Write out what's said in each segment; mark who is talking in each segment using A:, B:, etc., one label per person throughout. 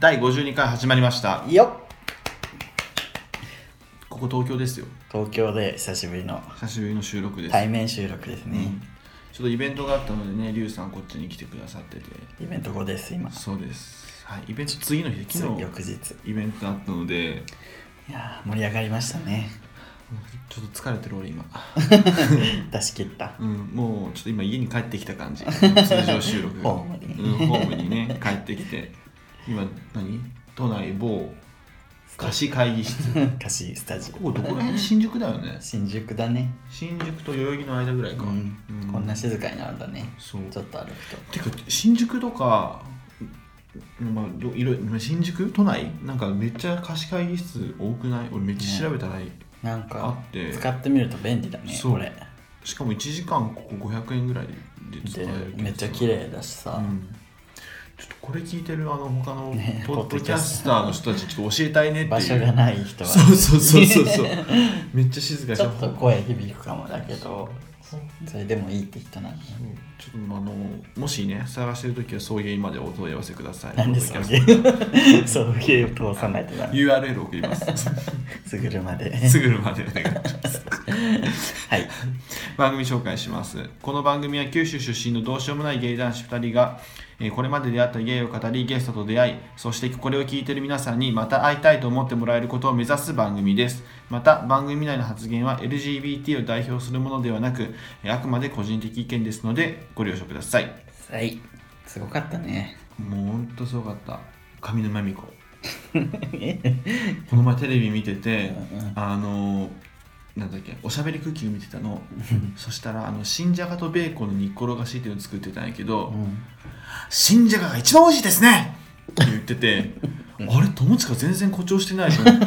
A: 第52回始まりました
B: よっ
A: ここ東京ですよ
B: 東京で久しぶりの
A: 久しぶりの収録です、
B: 対面収録です
A: う
B: ね
A: ん、ちょっとイベントがあったのでねリュウさんこっちに来てくださってて
B: イベント後です今
A: そうですはいイベント次の日昨日
B: 翌日い
A: イベントがあったので
B: やー盛り上がりましたね
A: ちょっと疲れてる 俺今、
B: 出し切った
A: うん、もうちょっと今家に帰ってきた感 じ通常収録
B: ホームに
A: うん、ホームにね帰ってきて今何都内某 貸し会議室
B: 歌詞スタジ
A: こ
B: オ
A: こどこら辺新宿だよね
B: 新宿だね
A: 新宿と代々木の間ぐらいか、
B: うん
A: う
B: こんな静かになるんだね
A: そう
B: ちょっと歩く
A: て
B: と
A: か新宿とか、うんまあ、どいろいろまあ新宿都内なんかめっちゃ貸し会議室多くない俺めっちゃ調べたらいい、
B: なん
A: あ
B: か
A: って
B: 使ってみると便利だね
A: そう
B: これ
A: しかも1時間ここ500円ぐらいで使え
B: で
A: る
B: めっちゃ綺麗だし
A: う
B: さ、
A: んちょっとこれ聞いてるあの他の
B: ね
A: ポッドキャスターの人たちちょっと教えたいねっていう
B: 場所がない人は
A: そうそうそうそう そうめっちゃ静かに
B: ちょっと声響くかもだけどそれでもいいって人なのね
A: そうちょっとあのもしね探してるときは送迎までお問い合わせください
B: 何です
A: ポ
B: か
A: ッドキ
B: ゲ
A: ャスト
B: ーム そうゲーム通さないとな
A: URL 送ります
B: すぐるまです
A: ぐるまでお願いします
B: はい
A: 番組紹介しますこの番組は九州出身のどうしようもない芸男子2人が、えーこれまで出会った芸を語りゲストと出会いそしてこれを聞いている皆さんにまた会いたいと思ってもらえることを目指す番組ですまた番組内の発言は LGBT を代表するものではなくえーあくまで個人的意見ですのでご了承ください
B: はいすごかったね
A: もうほんとすごかった上沼恵 美子この前テレビ見てて
B: うんうん
A: あのなんだっけおしゃべりクッキング見てたのそしたらあの新じゃがとベーコンの煮っころがしっていうの作ってたんやけど、
B: うん
A: 新じゃがが一番美味しいですねって言っててあれ友近全然誇張してないと思って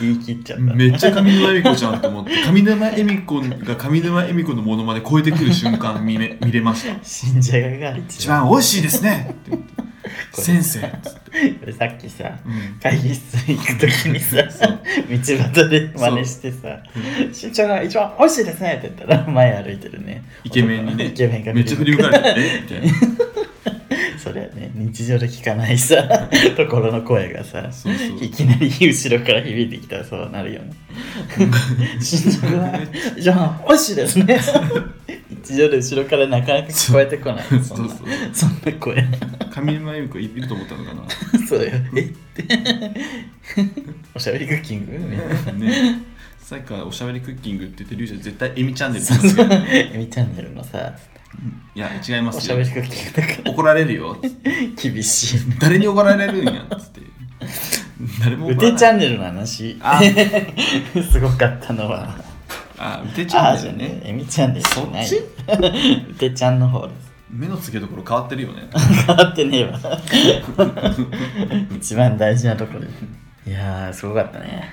B: 言い切っちゃった
A: めっちゃ上沼恵美子じゃんと思って上沼恵美子が上沼恵美子のものまで超えてくる瞬間見れ見れました
B: 新じゃがが
A: 一
B: 一番
A: 番美味しいですねって言って
B: これ
A: 先生っつって、
B: 俺さっきさ
A: うん
B: 会議室に行くときにさ
A: そ
B: 道端で真似してさ「新じゃが一番美味しいですね」って言ったら前歩いてるね
A: イケメンにね
B: イケメンが
A: めっちゃ振り向かれてえみたいな
B: それはね日常で聞かないさところの声がさ
A: そうそう
B: いきなり後ろから響いてきたらそうなるよね 新宿はじゃあ美味しいですね日常で後ろからなかなか聞こえてこない
A: そう
B: そんな
A: そうそう
B: そんな声
A: 上沼恵美子いると思ったのかな
B: そうよえっておしゃべりクッキングみたいな
A: ねさっきからおしゃべりクッキングって言ってリュウちゃん絶対エミチャンネルで
B: そう
A: す
B: そう
A: よね
B: エミチャンネルのさ
A: いや違いま
B: お
A: す
B: し
A: よ
B: ゃべりクッキングだから
A: 怒られるよ
B: 厳しい
A: 誰に怒られるんやっつって誰も
B: う
A: 怒ら
B: てチ
A: ない
B: ャンネルの話
A: あ
B: すごかったのは
A: あうてちゃ
B: ああ
A: んだ
B: じゃ
A: よ
B: ね
A: ね
B: え、えみちゃんです。
A: そっち
B: うてちゃんの方です。
A: 目の付けどころ変わってるよね
B: 変わってねえ わ。一番大事なところです。いやー、すごかったね。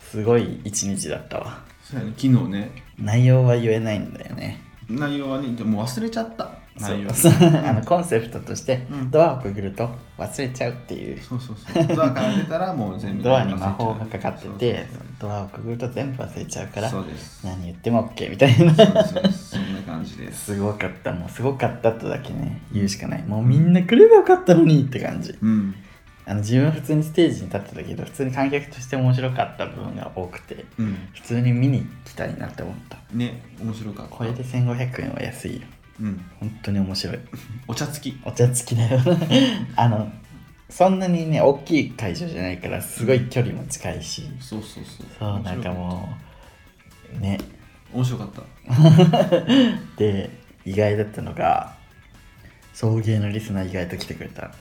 B: すごい一日だったわ。
A: そうやね昨日ね
B: 内容は言えないんだよね。
A: 内容はねでもう忘れちゃった内容
B: そう そうあのコンセプトとして、
A: うん
B: ドアをくぐると忘れちゃうっていう。
A: そうそうそうドアから出たらもう全部
B: ドアに魔法がかかってて
A: そうそう、
B: ドアをくぐると全部忘れちゃうから、
A: そうです
B: 何言っても OK みたいな。
A: そうですそんな感じです
B: すごかった、もうすごかったとだけね、言うしかない。もうみんな来ればよかったのにって感じ。
A: うん
B: あの自分は普通にステージに立ってたけど普通に観客として面白かった部分が多くて
A: うん
B: 普通に見に来たいなって思った
A: ね面白かった
B: これで1500円は安いよ
A: うん
B: 本当に面白い
A: お茶付き
B: お茶付きだよ あのそんなにね大きい会場じゃないからすごい距離も近いし
A: そうそうそう
B: そうなんかもうね
A: う面白かった
B: で意外だったのが送迎のリスナー意外と来てくれた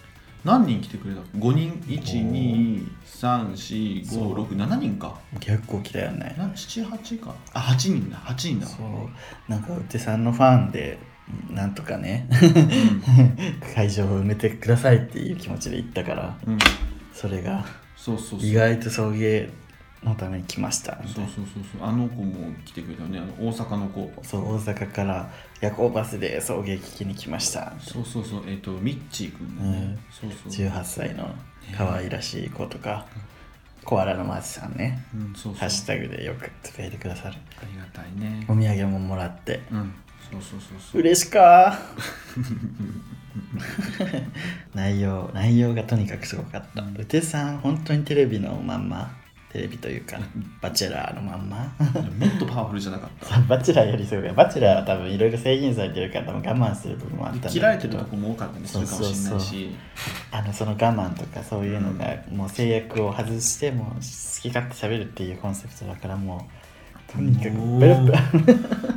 A: 何人来てくれた ?5 人1234567人か
B: 結構来たよね
A: 78かあ8人だ8人だ
B: そうなんかうてさんのファンでなんとかね 会場を埋めてくださいっていう気持ちで行ったから
A: うん、うん、
B: それが
A: そうそうそう
B: 意外と送迎のために来ましたみた
A: そ
B: いうな
A: そうそうそうあの子も来てくれたよねあの大阪の子
B: そう大阪から夜行バスで送迎聞きに来ました
A: そうそうそうえっ、とミッチーくんだね、そうそう、
B: 18歳の可愛らしい子とかコアラのマーチさんね
A: うん、そうそう
B: ハッシュタグでよくつぶやいてくださる
A: ありがたいね
B: お土産ももらって
A: うんそうそうそうそう
B: 嬉しか 内容内容がとにかくすごかったうてさん本当にテレビのまんまテレビというかバチェラーのまんま
A: もっとパワフルじゃなかっ
B: バチェラーよりすごいバチェラーは多分いろいろ制限されてるから多分我慢する部分もあったん
A: た
B: だ
A: 切られてるとこも多かったりするかもしれない
B: そうそう
A: し
B: あのその我慢とかそういうのがもう制約を外してもう好き勝手喋るっていうコンセプトだからもうとにかくベロベロ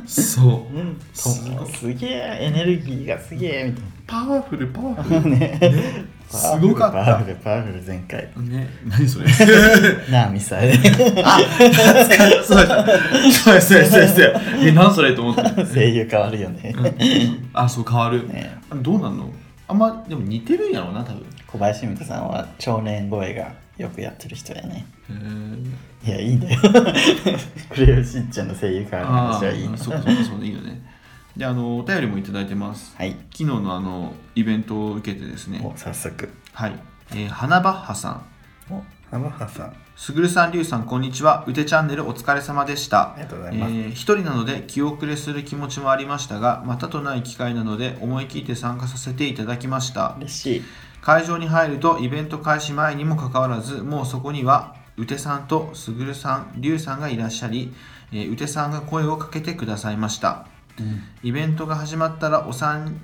A: そう
B: うんと
A: すごい
B: すげえエネルギーがすげえみたいな
A: パワフルパワフル
B: ね
A: すごかった
B: パワフルパワフル全開
A: ね何それ
B: なあミサイ
A: あそうだそうですそうですそうですえ何それと思って
B: 声優変わるよね
A: あそう変わる
B: ね
A: あどうなんのあんまでも似てるんやろうな多分へ
B: 小林美香さんは少年声がよくやってる人やね
A: え
B: いやいいんだよクレヨンしんちゃんの声優変わる
A: あ
B: 話
A: あ
B: はいいの
A: そうかそうかそうかいいよねであのお便りもいただいてます
B: はい
A: 昨日のあのイベントを受けてですね
B: もう早速
A: はい、えー、花バッハさん
B: お浜葉さんあ
A: すぐるさん、りゅうさん、こんにちは。うてチャンネルお疲れ様でした。
B: りがとうご
A: え
B: ざいます、
A: ー一人なので気遅れする気持ちもありましたが、またとない機会なので思い切って参加させていただきました。
B: 嬉しい
A: 会場に入るとイベント開始前にもかかわらず、もうそこにはうてさんとすぐるさん、りゅうさんがいらっしゃり、えーうてさんが声をかけてくださいました。イベントが始まったらお三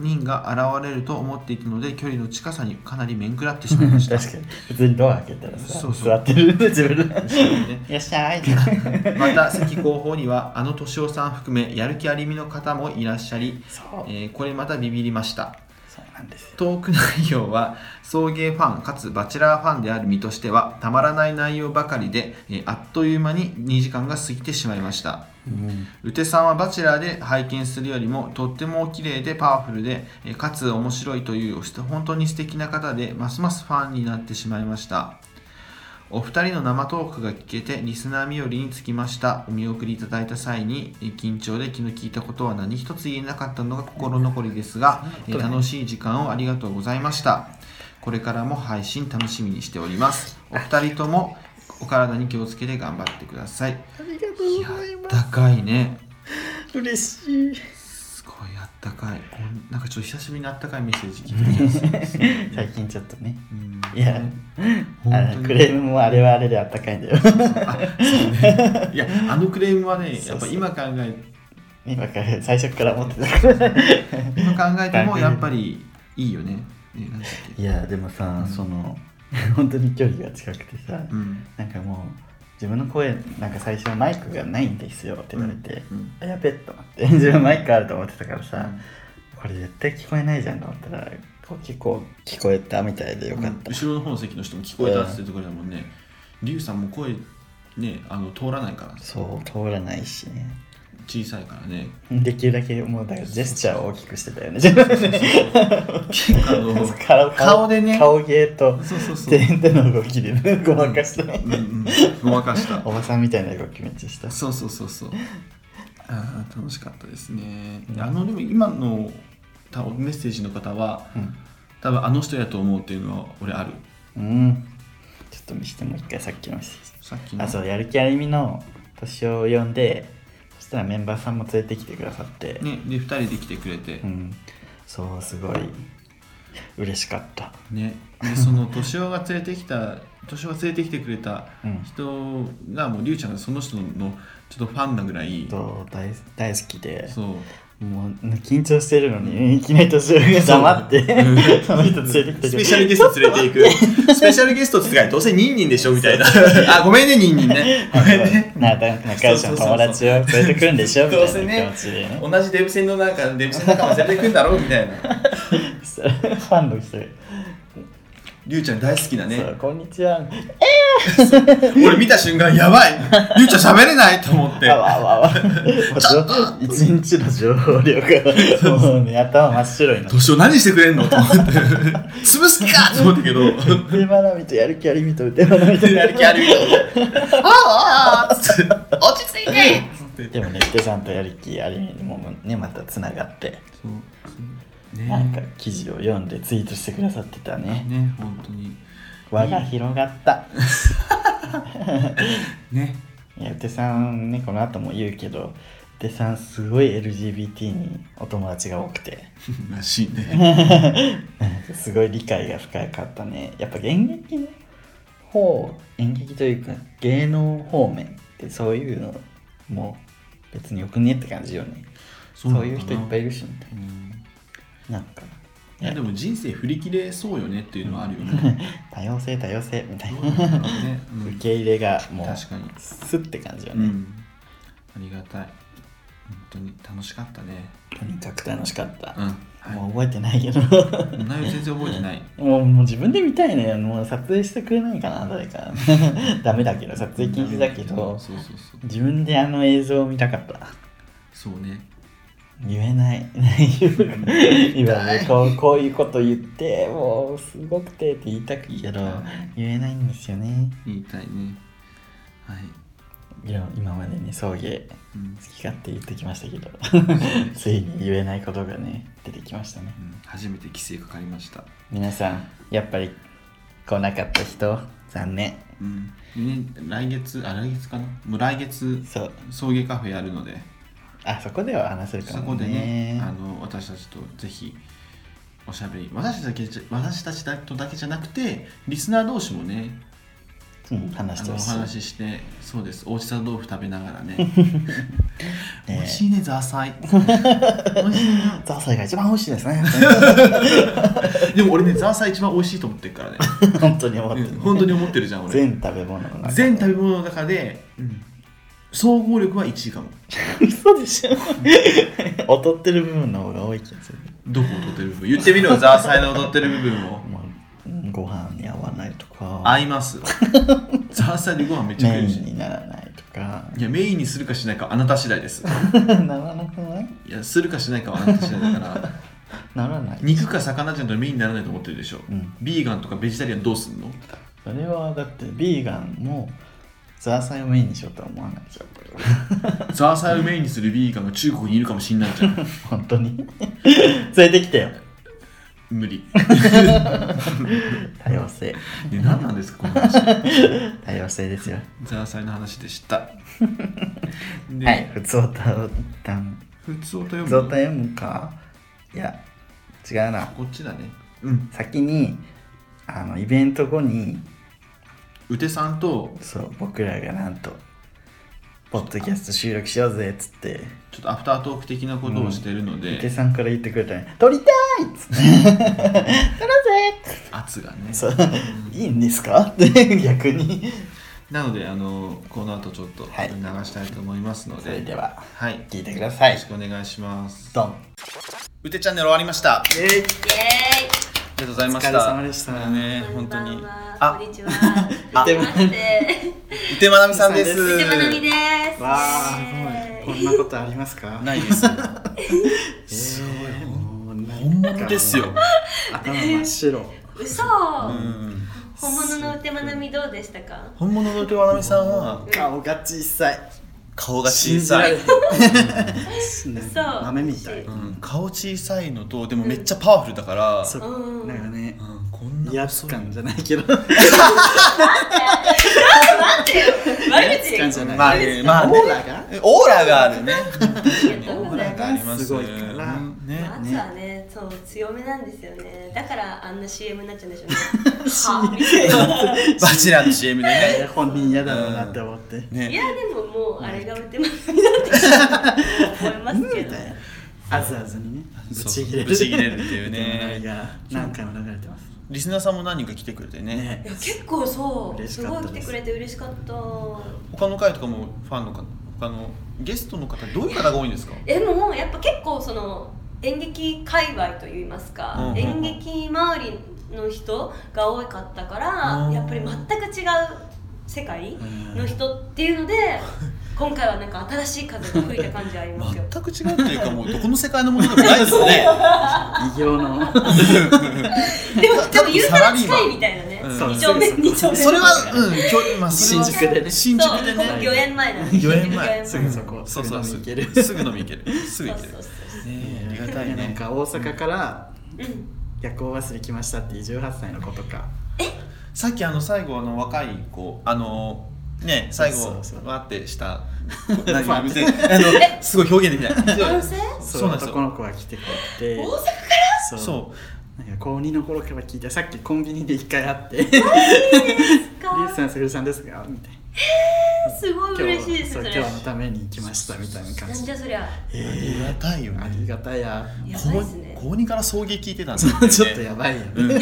A: 人が現れると思っていたので、距離の近さにかなり面食らってしまいまし
B: 確
A: た。
B: かに普通にドア開けたらさ
A: そうそう
B: 座ってるんで自分で
A: ね
B: いらっしゃい
A: また席後方にはあの敏夫さん含めやる気ありみの方もいらっしゃり、
B: そう
A: えーこれまたビビりました
B: そうなんですよ
A: トーク内容は送迎ファンかつバチェラーファンである身としてはたまらない内容ばかりで、えーあっという間に2時間が過ぎてしまいましたうてさんはバチェラーで拝見するよりもとってもお綺麗でパワフルでえーかつ面白いという本当に素敵な方でますますファンになってしまいましたお二人の生トークが聞けてリスナーみよりにつきましたお見送りいただいた際にえー緊張で気の利いたことは何一つ言えなかったのが心残りですがえー楽しい時間をありがとうございましたこれからも配信楽しみにしておりますお二人ともお体に気をつけて頑張ってください
B: ありがとうございま
A: 高いね
B: す嬉しい
A: すごいあったかいこんなんかちょっと久しぶりにあったかいメッセージ 聞いてする
B: 最近ちょっとね
A: うん
B: いや
A: 本
B: あ
A: 当
B: の
A: に
B: クレームもあれはあれであったか いんだよ
A: いやあのクレームはね
B: そ
A: やっ
B: う
A: ぱ
B: そう
A: 今考え
B: 今から最初から持ってたから
A: 今考えてもやっぱりいいよねねなんだっ
B: い
A: け
B: やでもさ、その 本当に距離が近くてさ、
A: うん
B: なんかもう自分の声なんか最初マイクがないんですよって言われて、
A: うん
B: あやべっと思って 自分マイクあると思ってたから
A: う
B: さ、
A: ん
B: これ絶対聞こえないじゃんと思ったらこう結構聞こえたみたいでよかった、
A: 後ろの方の席の人も聞こえたってところだもんねリュウさんも声ねあの通らないから
B: そう通らないしね
A: 小さいからね
B: できるだけもうだからジェスチャーを大きくしてたよね自分
A: 結構あの
B: 顔
A: 顔でね
B: 顔芸と
A: そうそう そう
B: 点々の動きでねごまかしたね、
A: うんうんごまかした
B: おばさんみたいな動きめっちゃした
A: そうそうそう そう。ああ楽しかったですね。
B: うん
A: あのでも今のたメッセージの方は
B: うん
A: 多分あの人やと思うっていうのは俺ある。
B: うん。ちょっと見せてもう一回さっきのメッセージ
A: さっきの。
B: あ、そう、やる気ありみの年を呼んで、そしたらメンバーさんも連れてきてくださって、
A: ねで二人で来てくれて
B: う、ん。そう、すごい嬉しかった。
A: ねでその年男が連れてきた 年男が連れてきてくれた
B: うん。
A: 人がもうりゅうちゃんがその人のちょっとファンなぐらい。
B: と大大好きで
A: そう。
B: もう緊張してるのにいきなり年上が黙って
A: うん
B: その人連れて
A: ス
B: きてく
A: ペ
B: れ
A: シャル
B: て
A: ゲスト連れてい く。スペシャルゲストって言ってからどうせニンニンでしょみたいな。あ、ごめんね、ニンニンね。ごめんね。
B: な仲良しの友達を連れてくるんでしょみ
A: どう
B: た
A: せ
B: い
A: ね
B: な気持ちでね
A: 同じデブ戦のなんかデブ戦仲間連れてくんだろうみたいな
B: そしたらファンの人が
A: りゅうちゃん大好きだ
B: そ
A: ね
B: うこんにちは
A: 俺見た瞬間やばいりゅうちゃん喋れないと思って
B: あわあわあわ。もう一日の情報量が、もうね、頭真っ白になっ
A: どうしよう何してくれんのと思って潰す気かと思ったけど
B: て。腕まなみとやる気ありみと腕まなみと
A: やる気あるよああああつって落ち着いてつって
B: でもね、ヒデさんとやる気ありみもね、またつながって、
A: そう
B: なんか
A: ね
B: 記事を読んでツイートしてくださってたね。
A: ね本当に
B: 輪が広がった。
A: ね
B: いや、ヒデさんね、この後も言うけど、でさんすごい LGBT にお友達が多くて
A: らしいね。
B: すごい理解が深かったねやっぱ演劇の方演劇というか芸能方面ってそういうのも別によくねって感じよねそういう人いっぱい
A: い
B: いるしみたいななんか
A: いやでも人生振り切れそうよねっていうのはあるよね。
B: 多様性多様性みたい
A: どう
B: な
A: なんだろうねうん
B: 受け入れがもう
A: 確かに。
B: スッって感じよ
A: う
B: ね、
A: ん。ありがたい。本当に楽しかったね。
B: とにかく楽しかった、
A: うん。はい
B: もう覚えてないけど
A: 内容全然覚えて ない。
B: もうもう自分で見たいねもう撮影してくれないかな誰か ダメだけど撮影禁止だけど
A: そうそうそう。
B: 自分であの映像を見たかった
A: そうね。
B: 言えない 言う今ねこうこういうこと言ってもうすごくてって言いたくけど言えないんですよね
A: 言いたいね。はい。
B: いろ今までね送迎
A: うん
B: 好き勝手言ってきましたけど ついに言えないことがね出てきましたね
A: うん初めて規制かかりました。
B: 皆さんやっぱり来なかった人残念
A: うん。ね、来月、あ、来月かなもう来月、
B: そう
A: 送迎カフェやるので、
B: あそこでは話せるか
A: そ
B: も
A: こでね
B: ね、
A: あの私たちとぜひおしゃべり、私たちだけじゃ私たちだとだけじゃなくて、リスナー同士もね、
B: うん、話
A: あ
B: して
A: のお
B: ほしい
A: 話しして、そうです、おうちさ豆腐食べながら ね、
B: え
A: 美味しいね、ザーサイ。 美味しいね
B: ザーサイが一番美味しい ですね
A: でも俺ね、ザーサイ一番美味しいと思ってるからね。
B: 本当に思ってる、
A: うん本当に思ってるじゃん、俺。
B: 全食べ物の中で
A: 全食べ物の中で、総合力は1位かも。
B: 嘘でしょ 劣ってる部分の方が多い気がする
A: どこを取ってる部分言ってみろよ、ザーサイの取ってる部分を。
B: まあうんご飯に合わないとか
A: 合い ます。ザーサイでご飯めっちゃ食
B: メ
A: え
B: イ
A: るし
B: ン。にならないと か
A: いや、メインにするかしないかはあなた次第です。
B: ならなくない
A: いや、するかしないかはあなた次第だから、
B: ならない
A: 肉か魚じゃないとメインにならないと思ってるでしょ。
B: うん
A: ビーガンとかベジタリアンどうすんの
B: それはだってビーガンもザーサイをメインにしようとは思わないでしょ
A: ザーサイをメインにするビーガンが中国にいるかもしんないじゃ ん。
B: 本当に連れてきてよ
A: 無理。
B: 多 様性
A: ね、何なんですか、この話。
B: 多様性ですよ
A: ザーサイの話で した。で
B: はい普通歌を一旦
A: 普通を読
B: 普
A: む
B: 通
A: の
B: 歌読むかいや違うな
A: こっちだね。うん。
B: 先にあのイベント後に
A: うてさんと、
B: そう僕らがなんとポッドキャスト収録しようぜっつって
A: ちょっとアフタートーク的なことをしてるの
B: 伊手
A: で、
B: さんから言ってくれたね「撮りたい!」っつって 「撮ろうぜ!
A: 圧がね」。
B: そう「いいんですか?」って逆に
A: なので、あの、この後ちょっと流
B: はい
A: したいと思いますの
B: それ
A: で、
B: では
A: はい。
B: 聞いてくださ
A: よ
B: い
A: ろしくお願いします。
B: ドン
A: うてチャンネル終わりました。あり
B: イエー
A: が
B: イ
A: とうございました。
B: お疲れ様でした
A: ね、
C: こ
A: 本
C: んば
A: 当に
C: ん。は
A: あ
C: こ、んにちは。はじめまして。
A: うてまなみさんです。
B: う
C: 藤まなみです。
B: わあすごいこんなことありますか
A: ないです。
B: すごい
A: 本物ですよ。
B: 頭真っ白
C: 嘘。
A: うん
C: 本物のうてまなみどうでしたか。
A: 本物のうてまなみさんは、
B: 顔が小さい
A: 顔が小さい。
C: 嘘。
B: 豆みたい
A: うん顔小さいのと、でもめっちゃパワフルだから、
B: そう
C: うん
B: なんかね
A: うんこんな
B: 威圧感じゃないけど
C: 悪口。
B: 感じゃない
A: まあねまあね
B: オーラが
A: オーラがある ね。
C: オーラ
B: がありますすごいから
A: うんね
C: まあ。圧はね、そう強めなんですよね。だからあんな CM になっちゃうんでしょうね。はみたいな
A: バチェラーの CM でね。
B: 本人嫌だろうなって思って
C: い
A: ね。
C: やでももうあれがうてまなみだって思いますけど。
B: あずあずにねぶ
A: そう
B: ち切れる
A: ぶち切れるっていう
B: 歌
A: ね。
B: が何回も流れてます
A: リスナーさんも何人か来てくれてね。
B: ね
C: いや結構そう。
B: 嬉し
C: す
B: か
C: ご
B: っ
C: い
B: た
C: 来
B: で
C: て
B: す
C: くれて嬉しかった。
A: 他の回とかもファンの方、他のゲストの方、どういう方が多いんですか
C: でもやっぱ結構その演劇界隈といいますか、
A: うんうんうん
C: 演劇周りの人が多かったから、
A: うん
C: やっぱり全く違う世界の人っていうので、今回はなんか新しい風が吹いた感じあり ますよ。
A: 全く違うっていうか、もうどこの世界のものでもないですね。
B: 異形の
C: でもでも言うた
A: サラ
C: ら
A: リーマン
C: 近いみたいなね。
A: うん
B: そう
C: 二丁目
B: そう
C: 二丁目。
A: それは、うん、きょまあ、それは
B: 新宿でね
A: 新宿で
C: そう
A: ね。
C: 御苑前なんで
A: 御苑前
B: すぐそこ
A: そうそう、
B: す
A: す
B: ぐ飲み行ける
A: ぐすぐ飲み行ける。すぐ
C: そ
A: 行
C: う
A: ける。
C: そうそうそ
A: ねありがたい
B: なん
A: ね。
B: か大阪から
C: う。うん。
B: 夜行バスで来ましたっていう18歳の子とか
A: さっきあの最後あの若い子あのね最後
B: そうそう
A: わーって したなんか別にあのすごい表現できない
C: 男性
B: そう
A: そうなんですよ
B: 男の子が来てくれ
C: 大
B: て
C: 阪
B: そう
A: そ
B: なんか高2の頃から聞いてさっきコンビニで一回会って「リ
C: か
B: スさんすぐるさんですが」みたいな
C: すごい
B: 今
C: 嬉しい
B: 日
C: です
B: そ
C: そうれ
B: 今日のために来ましたみたいな感
C: なん
B: じ
C: じ
B: で
C: ゃそりゃ
A: うありがたいよ
B: あ
A: ね
B: りがたや
C: やばい
A: 高
C: っすね
A: 高二から送迎聞いてたんです
B: そ
A: よ
B: うちょっとやばいよね、
A: うん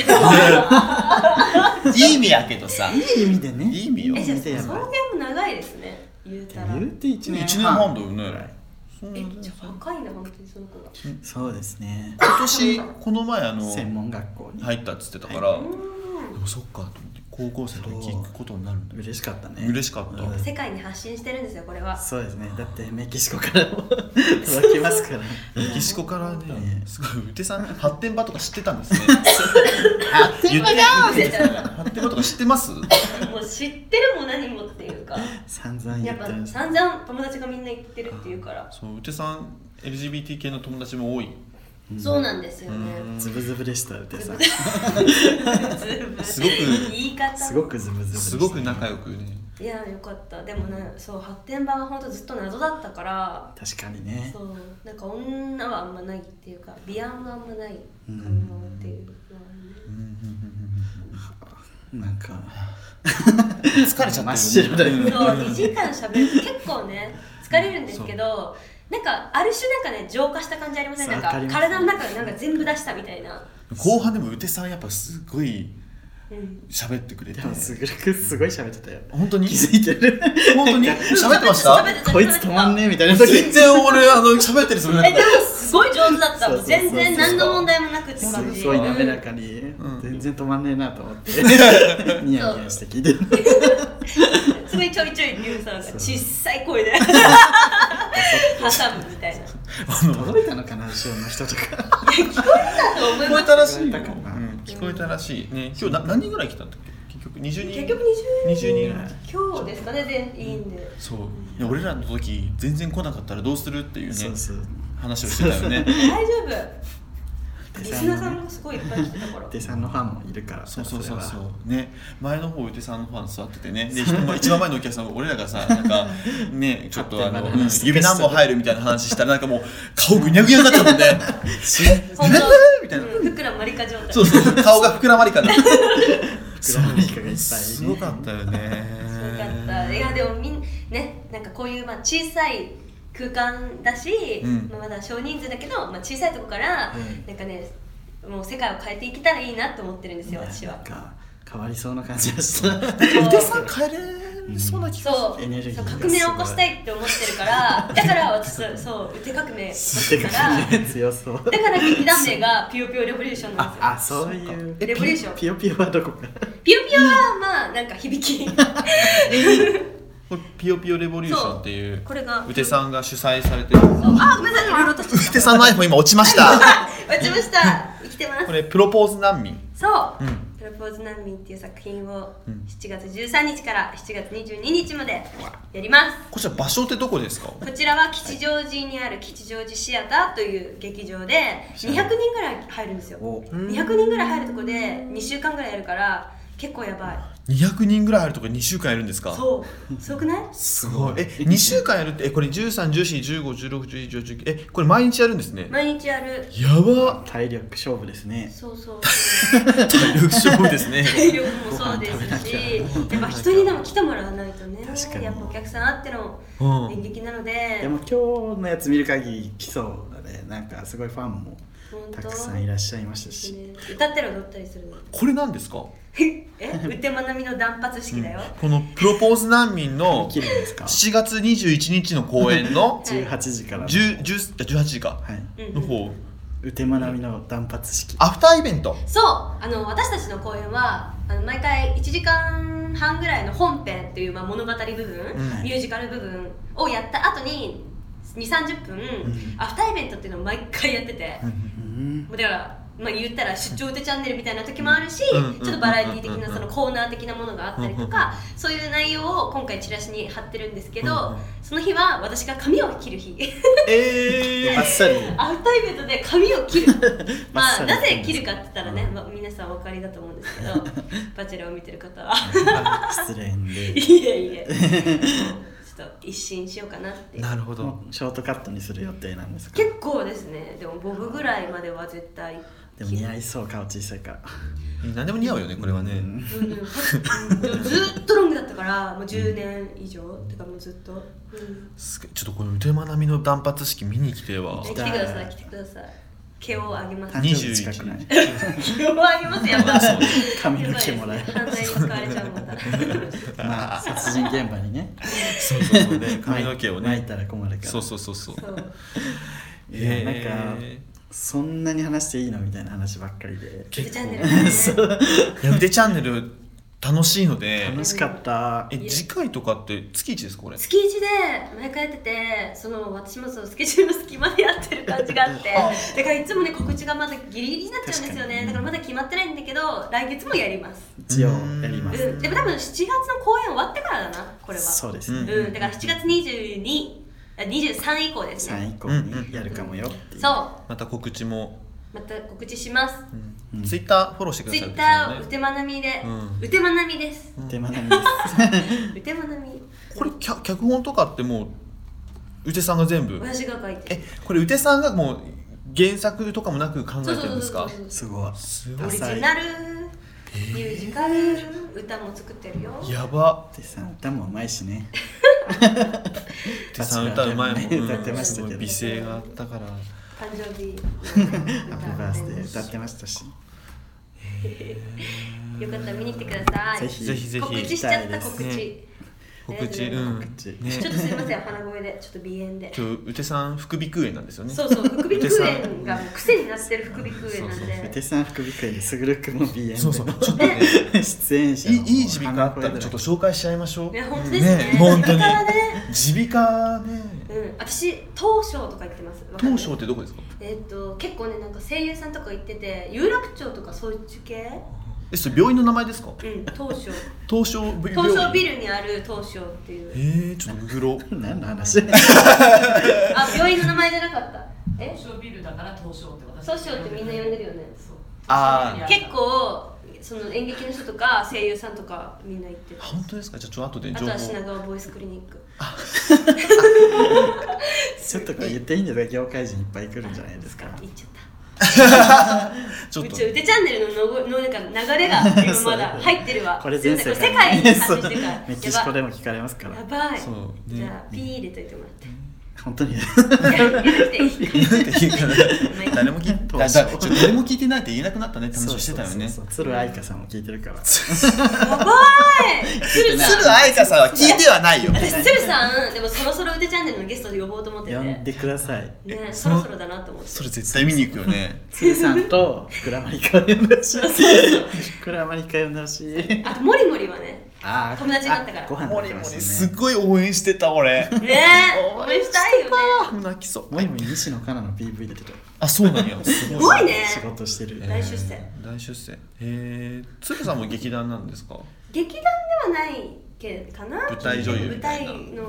A: いい意味やけどさ
B: いい意味でね
A: いい意味よ
C: えじゃあ
B: 見てや
C: 送
B: ばい
C: 迎も長いですね言うたら
B: 言うて1年
A: 一
B: 半
A: 年半だよねそう
C: えじゃあ若いな本当にその子が
B: そうですね
A: 今年この前あの
B: 専門学校に、
A: 入ったっつってたから、
C: うー
A: でもそっかと思って高校生の時聞くことになるんだよ
B: 嬉しかったね
A: 嬉しかった
B: うん
C: ん世界に発信してるんですよこれは
B: そうですねだってメキシコからも 届きますから
A: メキシコからね
B: ね、
A: すごい、うてさん、発展場とか知ってたん ですね。
B: 言って
C: 出ちゃう
A: 発展場とか知ってます。
C: もう知ってるも何もっていうか
B: 散々言
C: やっ
B: っ
C: ぱ
B: てました
C: 散々友達がみんな言ってるっていうから
A: そう、うてさん、L. G. B. T. 系の友達も多い。
C: そうなんですよね
B: ズブズブでしたうてさん
A: すごく
C: 言い方
B: すごくズブズブでした
A: すごく仲良くね。
C: いやよかったでもねそう発展場は本当ずっと謎だったから
B: 確かにね
C: そうなんか女はあんまないっていうか美案があんまない感能っていうのはね
B: なんか
A: 疲れちゃ
B: 真っ
A: ってるよね。
B: 白だよね
C: そう2時間しゃべると結構ね疲れるんですけどなんかある種なんかね浄化した感じありません
B: そう
C: なん
B: わか
C: か
B: ります
C: 体の中なんか全部出したみたいな、
A: 後半でも、うてさん、やっぱすごい
C: うん、
A: 喋ってくれて
B: で。もすぐるくんすごい喋ってたよ
A: 本当に
B: 気。づいてる
A: 本当に。喋ってました
C: 喋。ってた
B: こいつ止まんねえみたいな時
A: 全然、俺、あの、喋ってるつもりな
C: え
A: か
C: で
A: っ
C: もすごい上手だ
B: そう
C: った
B: そうそうそう
C: 全然何の問題もなくって
B: す
C: 感じ
B: ごい滑らかに、
A: うん
B: 全然止まんねえなと思って ニヤニヤして聞いてる
C: うんすごいちょいちょいリュウさんが小さい声で挟むみたいな
B: 届いたのかな後ろの人とか
C: と思
A: た。聞
C: い
A: こ
C: ま
A: え
C: す
A: たらしいよ。
B: 聞こえたかな
A: うん聞こえたらしい。ね、今日、な、何人ぐらい来たんだっけ。結局、二十人。
C: 結局
A: 二十人ぐらい。
C: 20今日ですかね全員で
A: そういや俺らの時全然来なかったらどうするっていうね
B: そうそう
A: 話をしてたよね
C: 大丈夫リスナーさんもすごいいっぱい来てたから
B: でさんのファンもいるから
A: そうそうそうそ
B: れは
A: うね前の方うてさんのファン座っててねで一番一番前のお客さん俺らがさなん かねちょっとあの、
B: 勝手な
A: うん
B: 話
A: 指何本入るみたいな話したらなんかもう顔ぐにゃぐにゃになっちゃ ったもんね
C: 本
A: え
C: 当
A: ーみたいな
C: うんふくらマリカ状態
A: そうそう顔が膨らまりか な
B: 膨らまりかがいっぱいね
A: すごかったよね
C: すごかったいやでもみんねなんかこういうまあ小さい空間だし、
A: うん
C: まあまだ少人数だけど、まあ、小さいとこから、
B: うん
C: なんかねもう世界を変えていけたらいいなと思ってるんですよ私
B: な
C: は
B: ん。か変わりそうな感じがした
A: うてさん帰れそうな気が
C: そう
B: エネルギー
C: そう
B: がすごい
C: 革命を起こしたいって思ってるからだから私はそう腕革命を
B: っ
C: しててる
B: か
C: から
B: ね強そう
C: だから劇団名がピヨピヨレボリューションなんですよ
B: あそういう
C: レボリューション
B: ピヨピヨはどこか
C: ピヨピヨはまあなんか響き
A: これピヨピヨレボリューションっていう
C: これ が
A: うてさんが主催されてる
C: そうあごめんなさいいろいろとして
A: うてさんの iPhone 今落ちま した
C: 落ちました生きてます
A: これプロポーズ難民
C: そう、
A: うん
C: プロポーズ難民っていう作品を
A: うん
C: 7月13日から7月22日までやります。
A: こちら場所ってどこですか
C: こちらは吉祥寺にある吉祥寺シアターという劇場で200人ぐらい入るんですよ。
B: お
C: 200人ぐらい入るとこで2週間ぐらいやるから結構やばい。
A: 200人ぐらいあるとこに2週間やるんですか
C: そう、すごくない？
A: すごいえ2週間やるってえこれ1314151611えこれ毎日やるんですね
C: 毎日やる。
A: や ば
B: 体力勝負ですね
C: そうそう。
A: 体力勝負ですね
C: 体力もそうですし、やっぱ人にでも来てもらわないとね
B: 確か、に
C: やっぱお客さんあっての
A: うん
C: 演劇なので、
B: でも今日のやつ見る限り来そうだねなんかすごいファンも
C: 本当
B: たくさんいらっしゃいましたし
C: ね歌ったり踊ったりするの。
A: これなんですか
C: え、うてまなみの断髪式だよ。
A: このプロポーズ難民の
B: 切るんですか
A: 7月21日の公演 の
B: 18時からの
A: 10 10 18時か
B: はい
C: うん
A: の方
B: うてまなみの断髪式
A: アフターイベント
C: そう、あの私たちの公演は、あの毎回1時間半ぐらいの本編というまあ物語部分、
A: ん
C: ミュージカル部分をやった後に。2、30分、アフターイベントっていうのを毎回やってて、
B: うん
C: だからまあ、言ったら出張歌チャンネルみたいな時もあるし、
A: うん
C: ちょっとバラエティ的な
A: うん
C: そのコーナー的なものがあったりとか、そういう内容を今回チラシに貼ってるんですけど、
A: うん
C: その日は私が髪を切る日
A: え
B: あっさり
C: アウトイベントで髪を切る
B: まっ
C: ま
B: さ
C: あ
B: り
C: なぜ切るかって言ったらね、まあ、皆さんお分かりだと思うんですけど バチェラーを見てる方は
B: 失礼ん
C: い
B: で
C: えい えちょっと一新しようかなっていう
A: なるほど
B: ショートカットにする予定なんですか
C: 結構ですねでもボブぐらいまでは絶対
B: でも似合いそう顔小さいから
A: 何でも似合うよねこれはね、
B: うん
C: うんうんうんでもずっとロングだったからもう10年以上てかもうずっと、うん、
A: すごいちょっとこの宇多山奈美の断髪式見に来ては
C: 来て
B: き
C: く
B: たい
C: ださい来てください毛をあげます
B: 誕生日近くない
C: 毛をあげますやばい
B: 髪の毛もらえる
C: やばいですね犯罪に使われちゃうも んだ
B: まあ殺人現場にね
A: そうそうそう ね髪の毛を
B: 巻い
A: ね
B: たら困るから
A: そうそうそうそう
C: そう
B: いやなんか
A: え
B: そんなに話していいのみたいな話ばっかりで
C: チャンネル、
B: そう
A: ーいや腕チャンネル楽しいので
B: 楽しかった
A: え次回とかって月一ですかこれ
C: 月一で毎回やっててその私もそのスケジュールの隙間でやってる感じがあ ってだからいつもね告知がまだギリギリになっちゃうんですよ
B: 確か
C: ね
B: に
C: だからまだ決まってないんだけど来月もやります、
B: 一応やり
C: う
B: ます
C: ん、でも多分7月の公演終わってからだなこれは
B: そうですね
C: うん、だから7月22あ23以降ですね
B: 3以降にやるかもよっていう
C: そう
A: また告知も、
C: また告知します
B: うん
A: ツイッターフォローしてくだ
C: ツイ
A: さい
C: ッターう
A: ね
C: てまなみで、
A: うん
C: うてまなみです
B: 手間なんです
C: うてまなみ
A: これ脚脚本とかってもう宇手さんが全部
C: 私が書いて
A: え
C: る
A: これ宇手さんがもう原作とかもなく考え
C: そう
A: て
C: そう
A: るんです
C: そう
A: か
C: そう
B: すごい
A: す
C: オ
A: ご
C: リ
A: い
C: ジナルミュージカル歌も作ってるよ
A: やば
B: でさ歌もうまいしね
A: 宇 手さん歌うまいもん、
B: 歌ってまし
A: す
B: たけど
A: ごい美声があったから
C: 誕生 日
B: 「ハ
C: の
B: ッピー
C: 歌
B: バース
C: も
B: デー」歌ってましたし
C: よかったら見に来てくださ
B: ぜ
C: い
B: ひ
A: ぜひぜひ
C: 告知しちゃった告知、
A: ね告知
C: ね
A: うん
B: 告知
A: ね
C: ちょっとすいません鼻声でちょっと鼻炎で
A: 今日宇手さん副鼻腔炎なんですよね
C: そうそう副鼻腔炎がもう癖になってる副鼻腔炎なんで
B: 手さん副鼻腔にすぐるくんも BM で
A: そうそうちょっとね
C: ね
B: 出演者
A: いい
B: の
A: いい耳鼻科あったらちょっと紹介しちゃいましょう
C: いや本当ですね
A: 本当に
C: 鼻からね
A: 耳鼻科ね
C: うん、私東証とか行ってますわかる
A: 東証ってどこですか
C: えっ、と結構ねなんか声優さんとか行ってて有楽町とかそういう系
A: えそれ病院の名前ですか
C: うん東証
A: 東証病院
C: 東証ビルにある東証ってい
A: え
C: う
A: ー、ちょっとググろう
B: 何の話
C: あ病院の名前じゃなかったえ
D: 東証ビルだから東証って私
C: 東証ってみんな呼んでるよね
D: そう
A: あー
C: 結構その演劇の人とか声優さんとかみんな行ってる
A: あ本当ですかじゃあちょっと後で
C: あ
A: 情
C: と
A: 報
C: は品川ボイスクリニック
B: ちょっとこれ言っていいんですか業界人いっぱい来るんじゃないですか
C: 行っちゃった
A: ちょっ
C: う
A: と
C: ちうてチャンネルののごのなんか流れが今 まだ入ってるわ
B: これ全世
C: すい
B: 界
C: ませんこれ世界に発信してるから
B: メキシコでも聞かれますから
C: やばい
A: そうね
C: じゃあピー入れといてもらって
B: 本当に
C: いや入れていい
A: なんて言うかな誰も聞い
B: 東証
A: だだちょっと誰も聞いてないって言えなくなったねって話
B: そ
A: を
B: う
A: して
B: そう
A: たよ
B: そう
A: ね
B: そう鶴愛香さんも聞いてるから
C: やば い鶴さん
A: 鶴愛香さんは聞いてはないよ
C: 私鶴さんでもそろそろうてチャンネルのゲストで呼ぼうと思ってて
B: 呼ん
C: ね
B: でください
C: そろそろだなと思って
A: それ絶対見に行くよね
B: 鶴さんと福良まりか呼んでほしい福良まりか呼んでほしい
C: あとモリモリはね
B: あー
C: 友達になったから
B: あご飯
A: モ
B: 食べ
A: リ
B: て
A: モ
B: ま
A: リ
B: した
A: す
B: ね
A: ごい応援してた俺
C: ねえ応援したいよね
A: もう泣きそう
B: モリモリ西野カナの PV 出てた
A: あそうなん やす
C: すごいね
B: 仕事してる
C: 大出世
A: 大出世へえ鶴さんも劇団なんですか
C: 劇団ではないけかな
A: 舞台女優みたいな
C: 舞台の、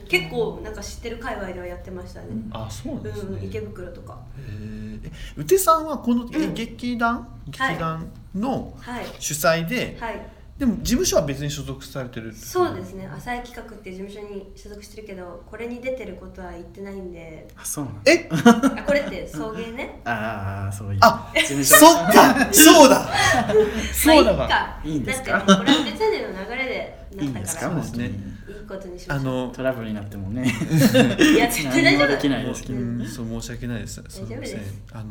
C: うん、結構なんか知ってる界隈ではやってましたね、
A: あそうなん
C: う
A: です
C: ん
A: ね
C: 池袋とか
A: へーえ宇手さんはこの、え
C: うん
A: 劇団劇団の
C: はい
A: 主催で、
C: はい
A: でも事務所は別に所属されてる
C: そうですね浅井企画っていう事務所に所属してるけどこれに出てることは言ってないんで
B: あそうなん
A: え
C: あこれって送 迎ね
B: ああそういう
A: あ
B: 事務所
A: そっかそうだ そうだわ
C: まあい
B: いい
C: い
B: ん
C: か
B: ですか
C: だってもうこれは別にの流れ
B: いい
C: で
B: ん
C: な
B: で
C: っ
B: す
C: た
B: か
C: から
B: も
A: そうですね
C: いいことにしま
A: あ
C: しょ
A: の
B: トラブルになっても ね
C: ういや絶対
B: 何
C: 大
B: も
C: 丈
B: でき
C: 夫
B: ないですけ
A: う
B: ど
A: んそう申し訳ないですすい
C: 大
A: ま
C: 丈夫です
A: せんあの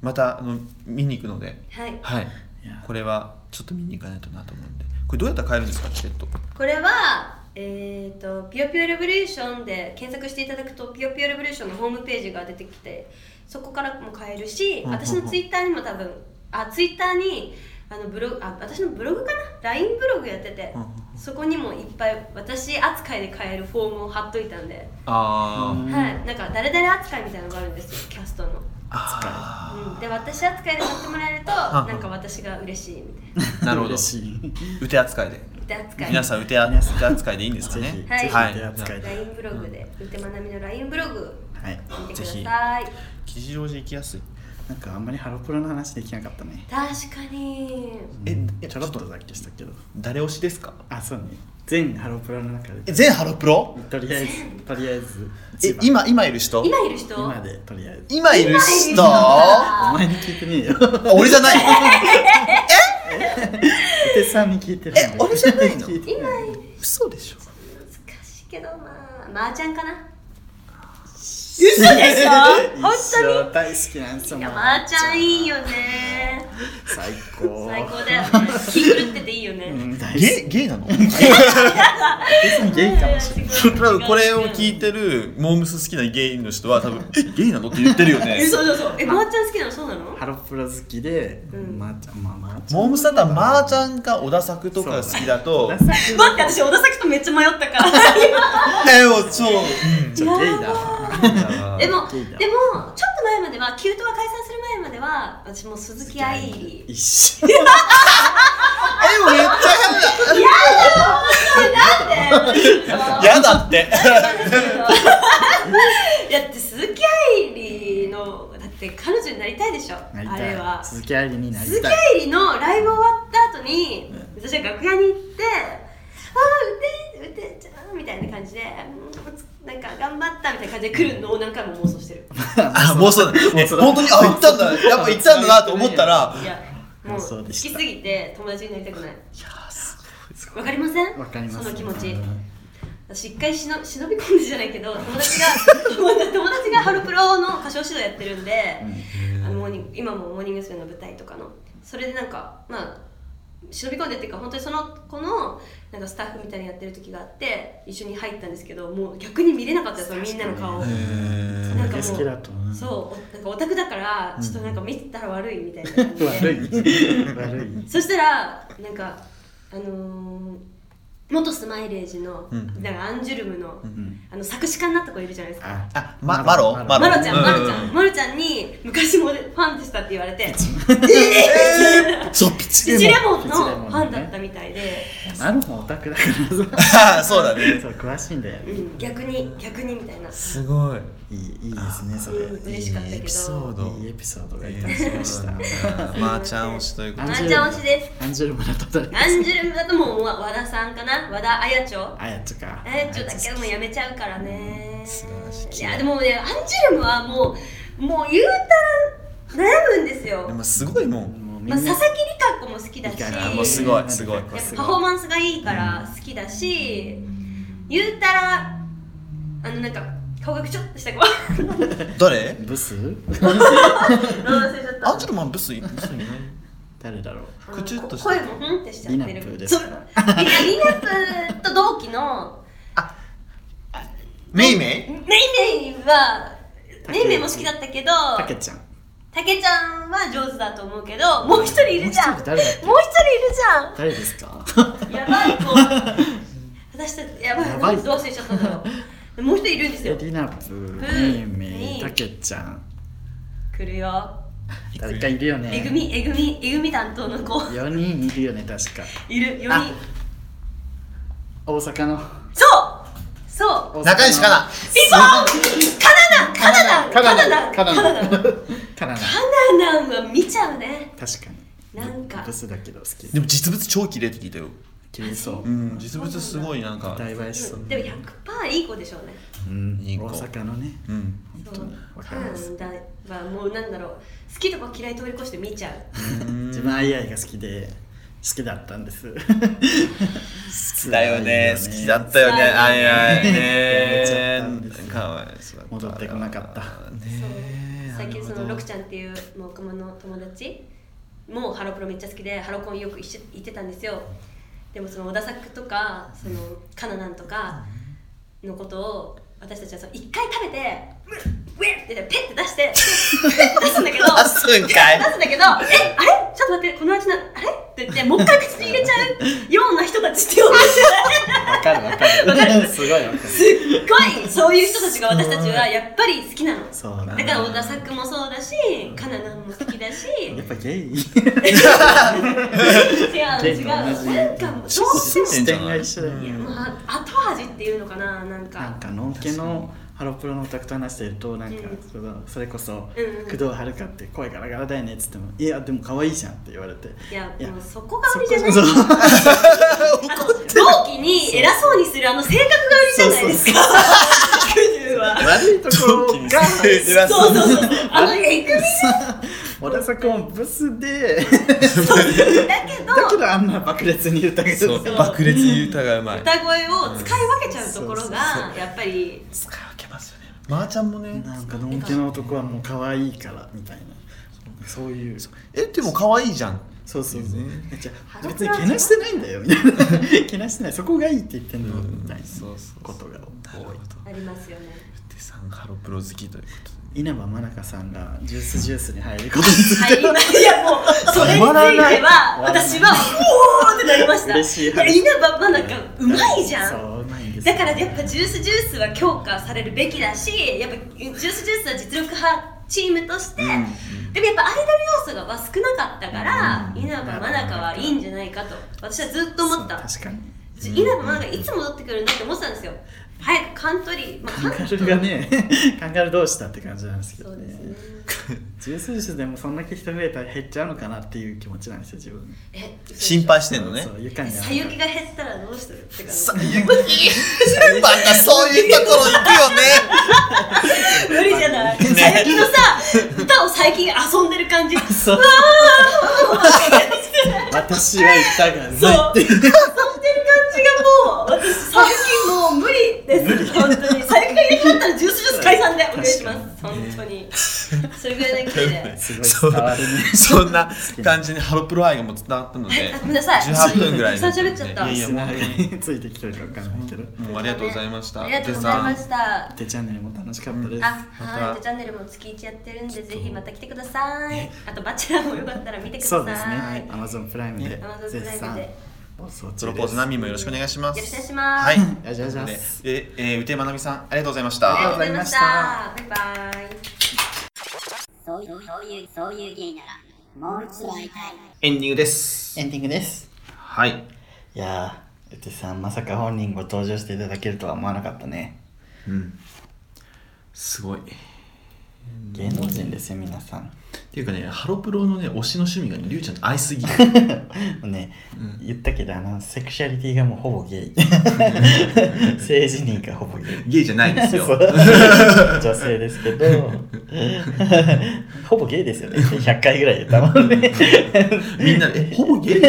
A: またあの見に行くので
C: はい
A: はい
B: いや
A: これはちょっと見に行かないとなと思うんでこれどうやったら買えるんですかチケット
C: これはえー、とピヨピヨレボリューションで検索していただくとピヨピヨレボリューションのホームページが出てきてそこからも買える
A: うん
C: し
A: うんうん
C: 私のツイッターにも多分あツイッターにあのブログあ私のブログかな LINE ブログやってて
A: うんうん
C: そこにもいっぱい私扱いで買えるフォームを貼っといたんで、
A: あ
B: うん
C: はいなんか誰々扱いみたいなのがあるんですよキャストの
B: 扱。
C: うん、で私扱いで買ってもらえるとなんか私が嬉しいみたいない
A: なるほど
B: 嬉しい。
A: 打て扱いで
C: 腕扱い
A: 皆さん打て扱いでいいんですか
B: ぜ
A: ね
B: ひ、
C: はい
B: ぜひ手扱いで。
C: LINE ブログでうてまなみの LINE ブログ
B: はい。
C: 見てく
A: ぜ
C: だ
A: ひ
C: さい
A: 吉祥寺行きやすい
B: なんかあんまりハロプロの話できなかったね。
C: 確かに
A: ええ
B: ちょろっとだけしたけど。
A: 誰推しですか
B: あ、そうね。全ハロプロの中で。
A: 全ハロプロ
B: とりあえず、とりあえず。
A: え
B: 一
A: 今
B: 番
A: 今いる人
C: 今いる人
B: 今でとりあえず。
A: 今いる人
B: お前に聞いてねえ よ。
A: 俺じゃない
B: お手さんに聞いてる。
A: え俺じゃない の
B: 聞て
C: 今いる
A: 嘘でしょ
C: 難しいけどまあマーちゃんかな
B: 嘘でしょ
C: 本当に
B: 大好きなんですよ
C: いやマーちゃんいいよね
B: 最高
C: 最高だよね気狂ってていいよね、
B: うん大好き
A: ゲゲイなの
B: ゲイかもしれない
A: 多分これを聞いてるモームス好きなゲイの人は多分「えゲイなの?」って言ってるよ
C: え
A: ね
C: そうそうそうえまーちゃん好きなのそうなの
B: ハロプロ好きで、
C: うん
B: まーちゃんまあまーちゃん
A: モームスだったらまーちゃんか小田作とか好きだと
B: ダサい
C: 待って私小田咲とめっちゃ迷ったから
A: えもうそう
B: ち ょゲイだ
A: うん
B: ゲイだ
C: でもでもちょっと前まではキュートが解散する前までは私もう鈴木愛理
B: 一緒
A: えもうめっち
C: なん で
A: ゃ嫌だって
C: だって鈴木愛理のだって彼女になりたいでしょあ
B: なり
C: れ
B: た
C: はい
B: 鈴木愛理になり
C: 鈴木
B: たい
C: 愛理のライブ終わった後に、私は楽屋に行って「ああうてうてちゃん」みたいな感じで「うんつなんか頑張った」みたいな感じで来るのを何回も妄想してる
A: あもうそうだえ本当にあ行ったんだやっぱ行ったんだなと思ったら
C: いやも
B: 妄
C: う
B: 想
C: 好
B: で
C: き
B: した
C: すぎて友達になりたくない
A: いやす
C: わかりません
B: わかります
C: その気持ち
B: うん
C: 私一回しの忍び込んでじゃないけど友達が 友達友達がハロプロの歌唱指導やってるんで、あのモーニング今もモーニング娘。の舞台とかのそれでなんかまあ忍び込んでっていうか本当にその子のなんかスタッフみたいにやってる時があって一緒に入ったんですけどもう逆に見れなかったですよみんなの顔
A: ご
B: 確
A: いえ
C: なんかもう
B: 好きだと思う
C: そうおなんかオタクだからちょっとなんか見てたら 悪いみたいな感じで
B: 悪い悪い
C: そしたらなんかあのー元スマイレージの、
A: うん
C: なんかアンジュルムの,、
B: ん
C: あの作詞家になった子いるじゃないですか。
B: あ
A: あまマロ
B: マ
C: まろちゃん、
A: う
C: まろちゃん、まろちゃんに昔もファンでしたって言われて、
A: えーそうピチ
C: ピチレモンの
B: ピチレモンね
C: ファンだったみたいで、
B: マロもオタクだか
A: あ
B: ら
A: ーそうだね
B: そう詳しいんだよね
C: うん逆に逆にみたいな、
A: すごい
B: いいいいですねそれ
C: うん嬉しかったけど
A: エピソード
B: いいエピソードがいただきました
A: まーちゃん推しということ
C: ま
A: で
C: ーちゃん推しです。
B: アンジェルマのと
C: アンジュルムだともうわ和田さんかな、和田彩町。
B: あやちか
C: あやちょだけはもうやめちゃうからね
A: 素晴らしい
C: いやでもねアンジュルムはもうもう言うたら悩むんですよ
A: で、もすごいもん
B: もうみん
C: ま
B: な
C: あ、佐々木理香子も好きだし
B: いいかな
A: もうすごいすごい
C: やっぱパフォーマンスがいいから好きだし、言うたらあのなんか顔がくちょっとした子
A: 誰
B: ブス
C: 忘れちゃった
A: アンジェルマンブスいブスいない
B: 誰だろう
C: あの
A: くちゅっとした
C: 声もふんってしちゃって
B: リナ
C: る
B: ップですか
C: そうリナリナップと同期の
A: メイメ
C: メイメイはメイメイも好きだったけど
B: たけちゃん
C: たけちゃんは上手だと思うけどもう一人いるじゃん
B: もう一
C: もう
B: 人
C: 一
B: 誰だっけ誰
C: 人い
B: ですか
C: るじゃんやばい子私たちやばい
B: やばい
C: どう忘れちゃったんだろ うもう一人いるんですよ
B: えリナップメイメイたけちゃん
C: 来るよ
B: 誰かいるよね
C: えぐみえぐみえぐみ担当の子
B: 4人いるよね確か
C: いる4
B: あ
C: 人
B: 大阪の
C: そうそう
B: 大阪の
A: イ中西かな
C: ピンポンカナダンカナダン
B: カナダ
C: カナダンカナダン
B: カナダカナダ
C: カナダンは見ちゃうね
B: 確かに
C: なんか
B: ブスだけど好き
A: でも実物超綺麗って聞いたよ
B: 綺麗そううん
A: 実物すごいなんか
B: 大映えしそう
C: でも100%いい子でしょうね
B: うん
A: いい子
B: 大阪のね
A: うん
B: 本
C: そ
B: 当
C: う
B: にわ
C: カ
B: かり
C: ナ
B: ます
C: ダンはもうなんだろう好きとか嫌い通り越して見ちゃう
B: 自分 AI が好きで好きだったんです好き
A: だ よね好きだった よねあいあい
B: やめち
A: ね
B: ゃったんですよ
A: かわいそうだ
B: 戻ってこなかった
C: そう
A: ねえ
C: 最近そ
A: なる
C: の
A: ほど
C: ロクちゃんっていうもう熊の友達もハロプロめっちゃ好きでハロコンよく一緒行ってたんですよでもその小田作とかそのカナナンとかのことを私たちはその一回食べて「ウェッ!」ってペッて出してペッて出すんだけ ど
A: 出すんかい
C: 出すんだけど「えあれちょっと待ってこの味なあれ?」って言ってもう一回口に入れちゃうような人たちって呼んでて
B: わかるわかる
C: わか る
B: すごいわかる
C: すっごいそういう人たちが私たちはやっぱり好きなの
B: そうなんだ
C: だから小田作もそうだしカナナンも好きだし違う
B: やっぱゲイ
C: 違うなんかもうどうしても
B: 視点が一緒だよ
C: い
B: ね
C: やまあ後味っていうのかななんか
B: なんかノンケのハロプロのオタクと話してるとなんか
C: うん
B: そのそれこそ「
C: うんうん
B: 工藤遥って声ガラガラだよね」っつっても「いやでも可愛いじゃん」って言われて
C: いや
B: いや
C: もうそこが売りじゃない
B: そこそう
C: あと同期に偉そうにするあの性格が売りじゃないですか60は
B: 悪いところが
E: 偉
C: そ
E: そうう
C: そうそうあのえぐみ
B: 小田作もブスで
C: だけど
B: だけどあんな爆裂に歌う
E: そう爆裂に歌がうまい
C: 歌声を使い分けちゃうところ
B: そうそう
C: がやっぱり
E: 使い分けますよねまー、ちゃんもね
B: なんかのんけの男はもう可愛いからみたいなそういう
E: えでも可愛いじゃん
B: そうそうそう
E: いいね
B: じゃあ別にけなしてないんだよみたい なけなしてないそこがいいって言ってんのみたいな
E: そうそう
B: ことが多い
C: ありますよね
E: テさんハロプロ好きということで
B: 稲葉真中さんがジュースジュースに入ることについ
C: 入りまいやもうそれについ
B: 終わらない
C: ては私はおおってなりました
B: 嬉しい
C: や稲葉真中うまいじゃん
B: そううまいんですよ
C: だからやっぱジュースジュースは強化されるべきだしやっぱジュースジュースは実力派チームとして、でもやっぱアイドル要素がは少なかったから、
B: うん
C: 稲葉真中はいいんじゃないかと私はずっと思った
B: そう確かに
C: じ稲葉真中いつ戻ってくるんだって思ってたんですよ早くカントリー、まあ、
B: カンガルーがねカンガルーどうしたって感じなんですけ
C: そ
B: ど
C: う
B: ね
C: ですね
B: ジュースジュースでもそんだけ人増えたら減っちゃうのかなっていう気持ちなんですよ自分
C: え嘘でしょ
E: 心配してんのね
B: そうゆかに
C: さゆきが減ったらどうするって感じ
E: またそういうところ行くよね
C: 無理じゃない。さゆきのさ、歌を最近遊んでる感じ。
B: そう私は歌が
C: そう。
B: ない
C: 遊んでる感じがもう、私、さゆきもう無理です。本当に。さゆきがいなくなったらジュースジュース解散でお願いします。本当に。それぐらいの勢 いで。
B: すごい伝わるね
E: そんな感じにハロプロ愛がもう伝わったので
C: あ ごめんなさい
E: 18分ぐらい
C: たくさん喋っち ゃった
E: いやいやもう
B: ついてきてるかわかんないけど
E: もうありがとうございました
C: ありがとうございま
E: テ
C: し
E: さ
C: た。
B: 手チャンネルも楽しかったです
C: あ、
E: ま
C: はい、
E: た
C: チャンネルも月1やってるんで、ぜひまた来てください。あと、バチェラーもよかったら見てください。
B: そうですね、はい、Amazon プライムで
C: Amazon プライムで
B: 絶賛放送中です
E: んプロポーズナミもよろしくお願いします
C: よろしくお願いします
E: はい
B: ありがとうございます
E: ということでええー、宇手まなみさんありがとうございまし
C: ありが
E: た
C: とうございました。バイバイ。
F: そういう、そういう、そういう芸なら、もう一度会いたい。
A: エンディングです
B: エンディングです
A: はい
B: いやーうてさんまさか本人ご登場していただけるとは思わなかったね
A: うんすごいっ
B: 芸能人ですよ皆さん
A: ていうかねハロプロのね推しの趣味がねりゅうちゃんと合いすぎる
B: もうね、言ったけどあのセクシャリティがもうほぼゲイ 性自認がほぼゲイ
A: ゲイじゃないですよ
B: そう 女性ですけど ほぼゲイですよね100回 ぐらい言ったもん ね
A: みんなでえほぼ ゲイゲ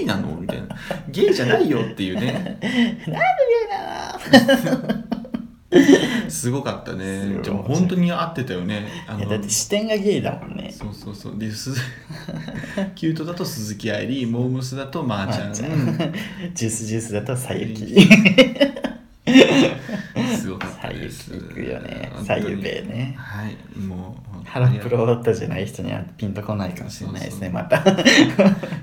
A: イなのみたいなゲイじゃないよっていう ね すごかった
B: すご
A: ね
B: い
A: でも本当に合ってたよねあ
B: いやだって視点がゲイだもんね
A: そうそうそうで鈴 キュートだと鈴木愛 理モームスだとまーちゃん
B: まーちゃん ジュースジュースだとさゆき
A: すごかっ
B: さ
A: た
B: ゆ
A: で
B: き
A: す
B: 行くよね
A: 本当
B: さ
A: に
B: ゆべね
A: はいもう
B: ハロプ
A: 本
B: ロだったじゃない人にはピンとこないかもしれないですね
A: そう
B: また
A: 当に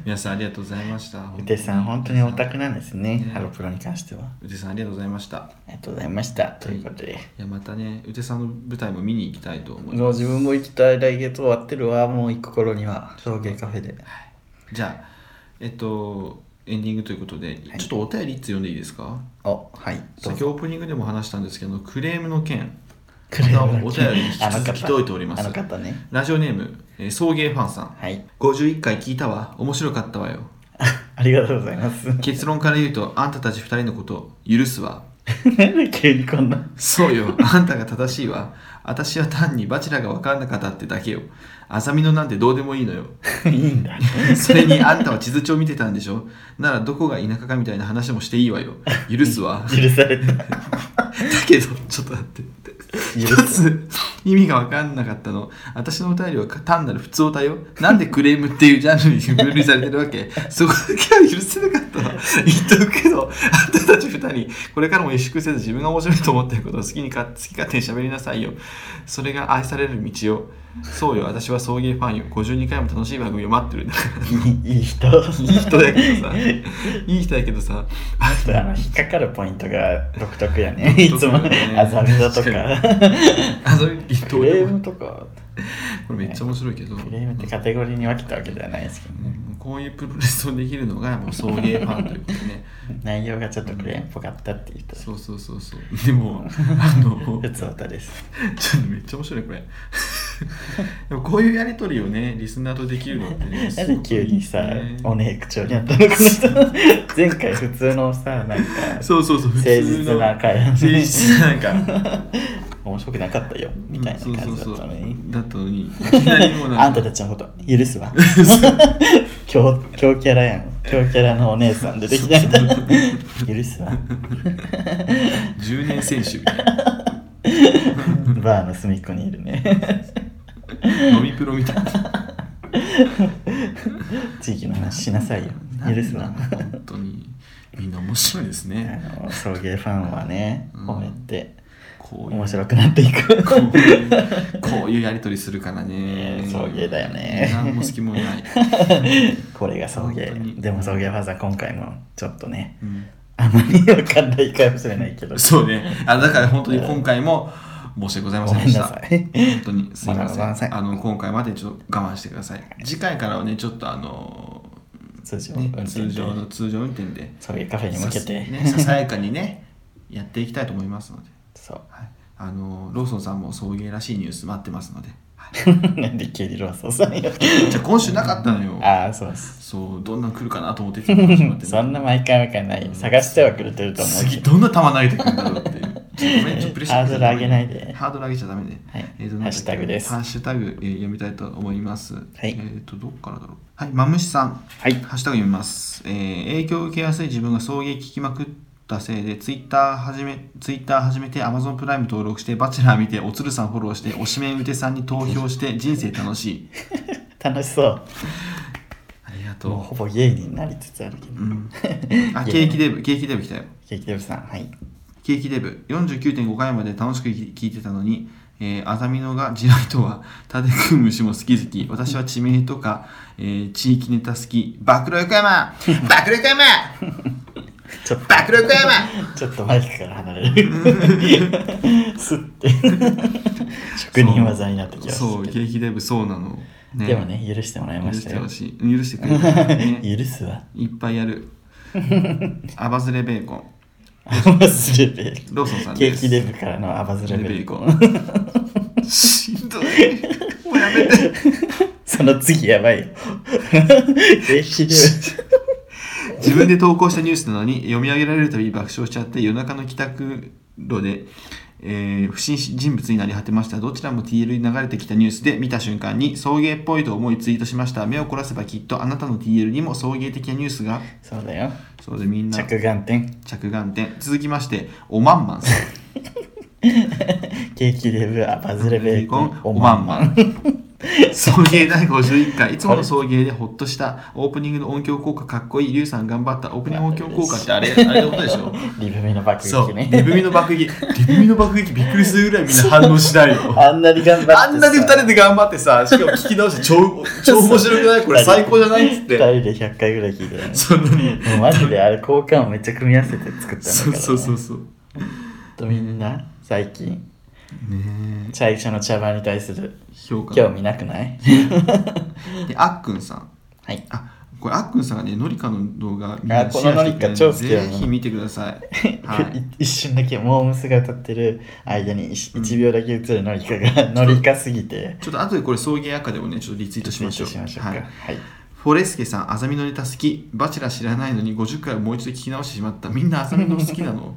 A: 皆さんありがとうございました
B: うてさん本当にオタクなんですね
A: ね
B: ハロプロに関しては
A: うてさんありがとうございました
B: ありがとうございましたということで
A: いやまたねうてさんの舞台も見に行きたいと思い
B: もう
A: ま
B: 自分も行きたい来月終わってるわもう行く頃には陶芸カフェです
A: じゃあえっとエンディングということで、ちょっとお便りいつ読んでいいですか
B: おはいどう
A: 先
B: ぞ
A: オープニングでも話したんですけどクレームの件
B: クレーム
A: お
B: の
A: 便
B: 件
A: り引き続き届いております
B: あの方ね
A: ラジオネーム、えー送迎ファンさん
B: はい
A: 51回聞いたわ面白かったわよ
B: ありがとうございます
A: 結論から言うとあんたたち2人のこと許すわ
B: なんで急に こんな
A: そうよあんたが正しいわ私は単にバチェラが分かんなかったってだけよあざみのなんてどうでもいいのよ
B: いいんだ
A: それにあんたは地図帳見てたんでしょならどこが田舎かみたいな話もしていいわよ許す わだ
B: 許された
A: けどちょっと待って
B: 許
A: 一つ意味が分かんなかったの私のお便りは単なる普通歌よなんでクレームっていうジャンルに分類されてるわけそこだけは許せなかったわ言っとくけどあんたたち二人なり、これからも萎縮せず自分が面白いと思っていることを好きにか好き勝手に喋りなさいよ。それが愛される道を。そうよ、私は送迎ファンよ。52回も楽しい番組を待ってるんだから。
B: いいいい人。
A: いい人だけどさ、いい人だけどさ、
B: ちょっとあの引っかかるポイントが独特やね。いつ も
A: 独特だね
B: あざみだと
A: 確
B: か。
A: あそれ一
B: フ
A: 刀
B: レ
A: で
B: ー
A: も
B: ムとか。
A: これめっちゃ面白いけど、
B: フレームってカテゴリーに分けたわけではないですけどね。
A: こういうプロレスをできるのがもう送迎ファンということ ね。
B: 内容がちょっとクレームっぽかったっていうと。
A: そうそうそうそう。でも、あの、
B: 普通歌です。
A: ちょっとめっちゃ面白いこれ。でもこういうやりとりをね、リスナーとできるのってね、
B: な
A: す
B: んで
A: ごく
B: 急
A: いい
B: に
A: です
B: さ
A: ね、
B: おねえ口調になったのかな前回普通のさ、なんか、
A: そうそうそう、普
B: 誠
A: 通
B: 実
A: の。
B: な会話
A: 誠実なんか、
B: 面白くなかったよ、みたいな
A: そうそ
B: 感
A: う
B: じ
A: そう
B: だったのに。
A: だったのに、いきなりもう
B: あ
A: なんんか
B: たたちのこと許 すわ。強強キャラやん。強キャラのお姉さん出てきた。 許すわ。
A: 10年選手みたいな、
B: バーの隅っこにいるね。
A: 飲みプロみたいな。
B: 地域の話しなさいよ。許すわ。
A: 本当にみんな面白いです
B: あ
A: ね。
B: の送迎ファンはね、
A: うん
B: こうやって
A: こういう
B: 面白くなっていく。
A: こういうこういうやりとりするからね
B: え。ー送迎だよね
A: 何も隙もない。
B: これが送
A: 本当に
B: 迎。でも送迎ファンさん今回もちょっとね、
A: うん
B: あまり分かんないかもしれないけど。
A: そうね。あだから本当に今回も申し訳ございませんでした。
B: ごめんなさい
A: 本当にすいませ
B: ごめんなさい
A: ん。あの今回までちょっと我慢してください。次回からはねちょっとあの
B: 通常
A: ね
B: 運転で
A: 通常の通常運転で
B: 送迎カフェに向けて。
A: ねささやかにねやっていきたいと思いますので。
B: そう。
A: はい。あのローソンさんも送迎らしいニュース待ってますので。はい
B: なんで急にローソンさんよ。
A: じゃあ今週なかったのよ。
B: ああ、そうです。
A: そうどんなん来るかなと思っていつも始まってね
B: そんな毎回わかんない。探してはくれてると思うけ
A: 次
B: ど。
A: どんな球投げてくるんだろうっていう。ちょっとごめんちょっとプレッシャーかけちゃダメ
B: ハードル上げないで
A: ハードル上げちゃダメね。
B: はい
A: えーとなんだっけ
B: ハッシュタグです
A: ハッシュタグ、えー読みたいと思います。はいえっ、と、どっからだろう。はい、マムシさん。
B: はい
A: ハッシュタグ読みます。えー影響を受けやすい自分が送迎聞きまくったせいで、ツイッター始め、ツイッター始めて、アマゾンプライム登録して、バチェラー見て、おつるさんフォローして、おしめうてさんに投票して、人生楽しい。
B: 楽しそう。
A: ありがと
B: もう
A: う。
B: ほぼ芸人になりつつあるけど。
A: うん、あ、ケーキデブ、ケーキデブ来たよ。
B: ケーキデブさん、はい。
A: ケーキデブ49.5回まで楽しく聞いてたのに、えー、あざみのが地雷とはタデくん虫も好き好き私は地名とか、えー地域ネタ好き暴露横山暴露横山
B: ちょっと、
A: 暴露横山
B: ちょっとマイクから離れ る。すって。職人技になってきま
A: そう
B: した
A: ケ
B: け
A: ーキデブそうなの、
B: ど。でもね、許してもらいま
A: 許
B: し
A: したて
B: よ
A: ほ。しい許してくれたから ね
B: 許すわ。
A: いっぱいやるアバズレベーコン
B: アバズレベー
A: ローソンさん
B: ケ
A: で
B: ー
A: す
B: キデブからのアバズレベーコン。
A: ン しんどいもうやめて
B: その次 やばいよ。ケーキデブ。
A: 自分で投稿したニュースなのに読み上げられるたび爆笑しちゃって夜中の帰宅路で、えー不審人物になり果てましたどちらも TL に流れてきたニュースで見た瞬間に送迎っぽいと思いツイートしました目を凝らせばきっとあなたの TL にも送迎的なニュースが
B: そうだよ。
A: そうでみんな着
B: 着眼点。
A: 眼点続きましておまんまんさん
B: ケーキデブ、アバズレベーコン、
A: おまんまん。送迎第51回いつもの送迎でほっとしたオープニングの音響効果かっこいいリュウさん頑張ったオープニング音響効果ってあれあれのことでしょ
B: リブミの爆
A: そう、
B: 撃
A: リ
B: ね。
A: ブミの爆撃、リブミの爆撃びっくりするぐらいみんな反応しないよ。
B: あんなに頑張ってさ
A: あんなに2人で頑張ってさ、しかも聞き直して 超超面白くないこれ最高じゃないっつっ
B: 二
A: て。
B: 人で100回ぐらい聞いてたね。
A: そんなに。
B: もうマジであれ交換をめっちゃ組み合わせて作ったんだから、ね。
A: そうそうそうそう。
B: とみんな最近
A: ねえ
B: 最初の茶番に対する
A: 評価。
B: 興味な くない？
A: であっくんさん。
B: はい。
A: あこれあっくんさんがね、のりかの動画みん
B: あ
A: な
B: こ
A: シ
B: の
A: ェアしてくれるんで
B: のりか超好きだよ
A: ぜ
B: ね
A: ひ見てくださ い。はい。
B: 一瞬だけモームスが歌ってる間に一一秒だけ映るノリカがノリカすぎて。
A: ちょっと後でこれ送迎赤でもね、ちょっとリツイートしましょう。
B: しましょうか。
A: は
B: はいい。。
A: フォレスケさん、あざみのネタ好き。バチェラ知らないのに50回をもう一度聞き直してしまった。みんなあざみの好きな の。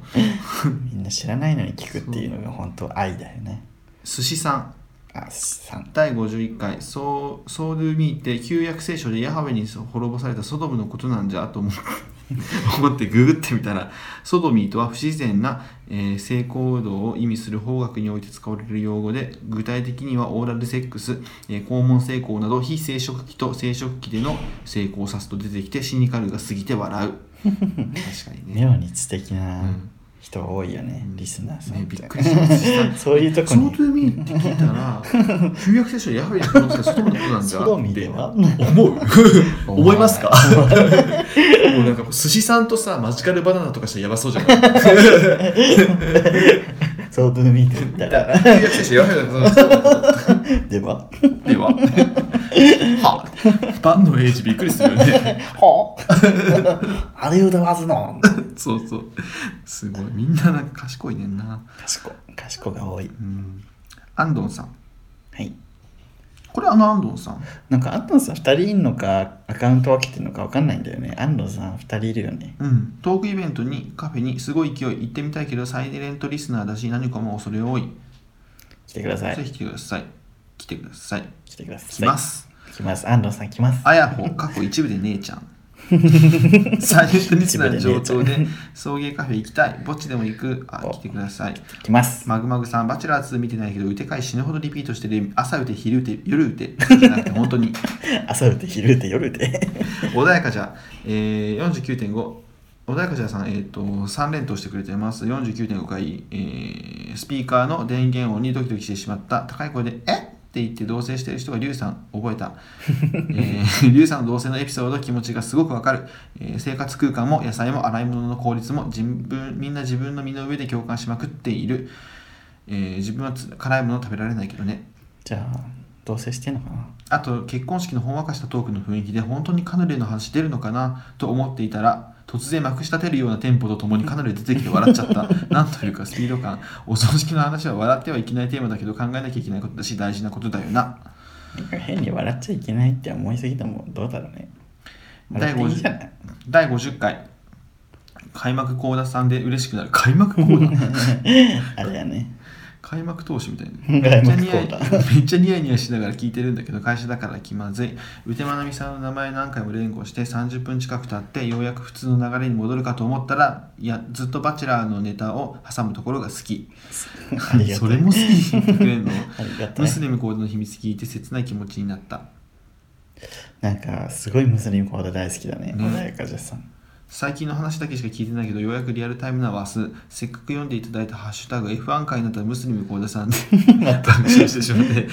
B: みんな知らないのに聞くっていうのが本当愛だよね。
A: 寿司さん。
B: あさん。
A: 第51回ソーソウルミーって旧約聖書でヤハウェに滅ぼされたソドムのことなんじゃと思う 思ってググってみたらソドミーとは不自然な、えー性行動を意味する方角において使われる用語で具体的にはオーラルセックス、えー肛門性交など非生殖器と生殖器での性交を指すと出てきてシニカルが過ぎて笑う 確かにね
B: 妙に知的な
A: うん
B: 人多いよね、リスナーさん
A: ねびっくりしました
B: そういうとこ
A: ソー
B: に
A: トゥーミーって聞いたら 旧約聖書やはりこの人は外のことなんだって
B: ソドミでは
A: 思う
B: 思わない
A: 思いますかもうなんか寿司さんとさマジカルバナナとかしたらやばそうじゃない
B: ソードゥミって言ったら
A: 旧約聖書やばいなそう
B: では
A: で ははファンの英字びっくりするよね
B: は ああれをだわずの
A: そうそうすごいみんななんか賢いねんな
B: 賢い賢いが多い
A: うんアンドンさん
B: はい
A: これあのアンドンさん
B: なんかアンドンさん2人いるのかアカウント分けてるのか分かんないんだよねアンドンさん2人いるよね
A: うん、トークイベントにカフェにすごい勢い行ってみたいけどサイレントリスナーだし何かも恐れ多い、
B: 来てくださ
A: ぜ
B: い
A: ひ来てください来てください
B: 来てください
A: 来ます
B: 来ますアンドンさん来ます
A: あやほ過去一部で姉ちゃんサイレントリスナーの上等で送迎カフェ行きたいぼっちでも行くあ
B: お
A: 来てください
B: 来ます
A: マグマグさん、バチェラー2見てないけど、打て会死ぬほどリピートしてる、朝打て、昼打て、夜打て、じゃなくて、本当に。
B: 朝打て昼打て夜打て
A: 穏やかじゃ、えー、49.5。穏やかじゃさん、えー、と3連投してくれてます。49.5回、えースピーカーの電源音にドキドキしてしまった。高い声で、えって言って同棲している人がリュウさん、覚えた。えー、リュウさんの同棲のエピソード、気持ちがすごくわかる、えー生活空間も野菜も洗い物の効率も自分、みんな自分の身の上で共感しまくっている。えー自分はつ辛いもの食べられないけどね。
B: じゃあ同棲してんのかな
A: あと結婚式のほんわかしたトークの雰囲気で本当にカヌレの話出るのかなと思っていたら突然まくしたてるようなテンポとともにカヌレ出てきて笑っちゃ ったなんというかスピード感お葬式の話は笑ってはいけないテーマだけど考えなきゃいけないことだし大事なことだよな
B: なんか変に笑っちゃいけないって思いすぎたもんどうだろうね笑
A: 第
B: っていいじゃ
A: 50,
B: ない
A: 第50回開幕講座さんで嬉しくなる開幕講座
B: あれ やね
A: 開幕投手みたいな
B: 開幕
A: めっちゃニヤ
B: 講座
A: めっちゃニヤニヤしながら聞いてるんだけど会社だから気まずい宇手まなみさんの名前何回も連呼して30分近く経ってようやく普通の流れに戻るかと思ったらいやずっと「バチェラー」のネタを挟むところが好き
B: ありがと
A: そうれ も好きに言ってくれんの
B: ありがとう
A: ム
B: ね
A: スリムコードの秘密聞いて切ない気持ちになった
B: なんかすごいムスリムコード大好きだね
A: ね
B: 穏やかじゃさん
A: 最近の話だけしか聞いてないけどようやくリアルタイムな話すせっかく読んでいただいた「ハッシュタグ #F1 回になったらムスリム幸田さん」で爆笑してしまって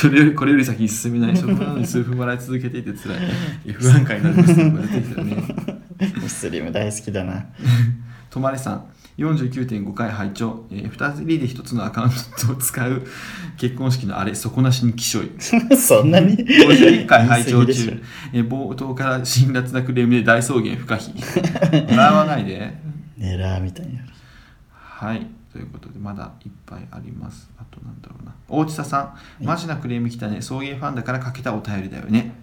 A: これよりこれより先に進めない職場なのに数分笑い続けていて辛い F1 回になるムスリムが出てきたね
B: ムスリム大好きだな
A: とまれさん49.5回拝聴、えー、2人で1つのアカウントを使う結婚式のあれ底なしにきしょい
B: そんなに
A: 51回拝聴
B: 言い過ぎでし
A: 中、えー冒頭から辛辣なクレームで大草原不可避笑わないで
B: ょエラーみたいな
A: はい。ということで、まだいっぱいあります。あとなんだろうな。大地田さん、マジなクレーム来たね。送迎ファンだからかけたお便りだよね。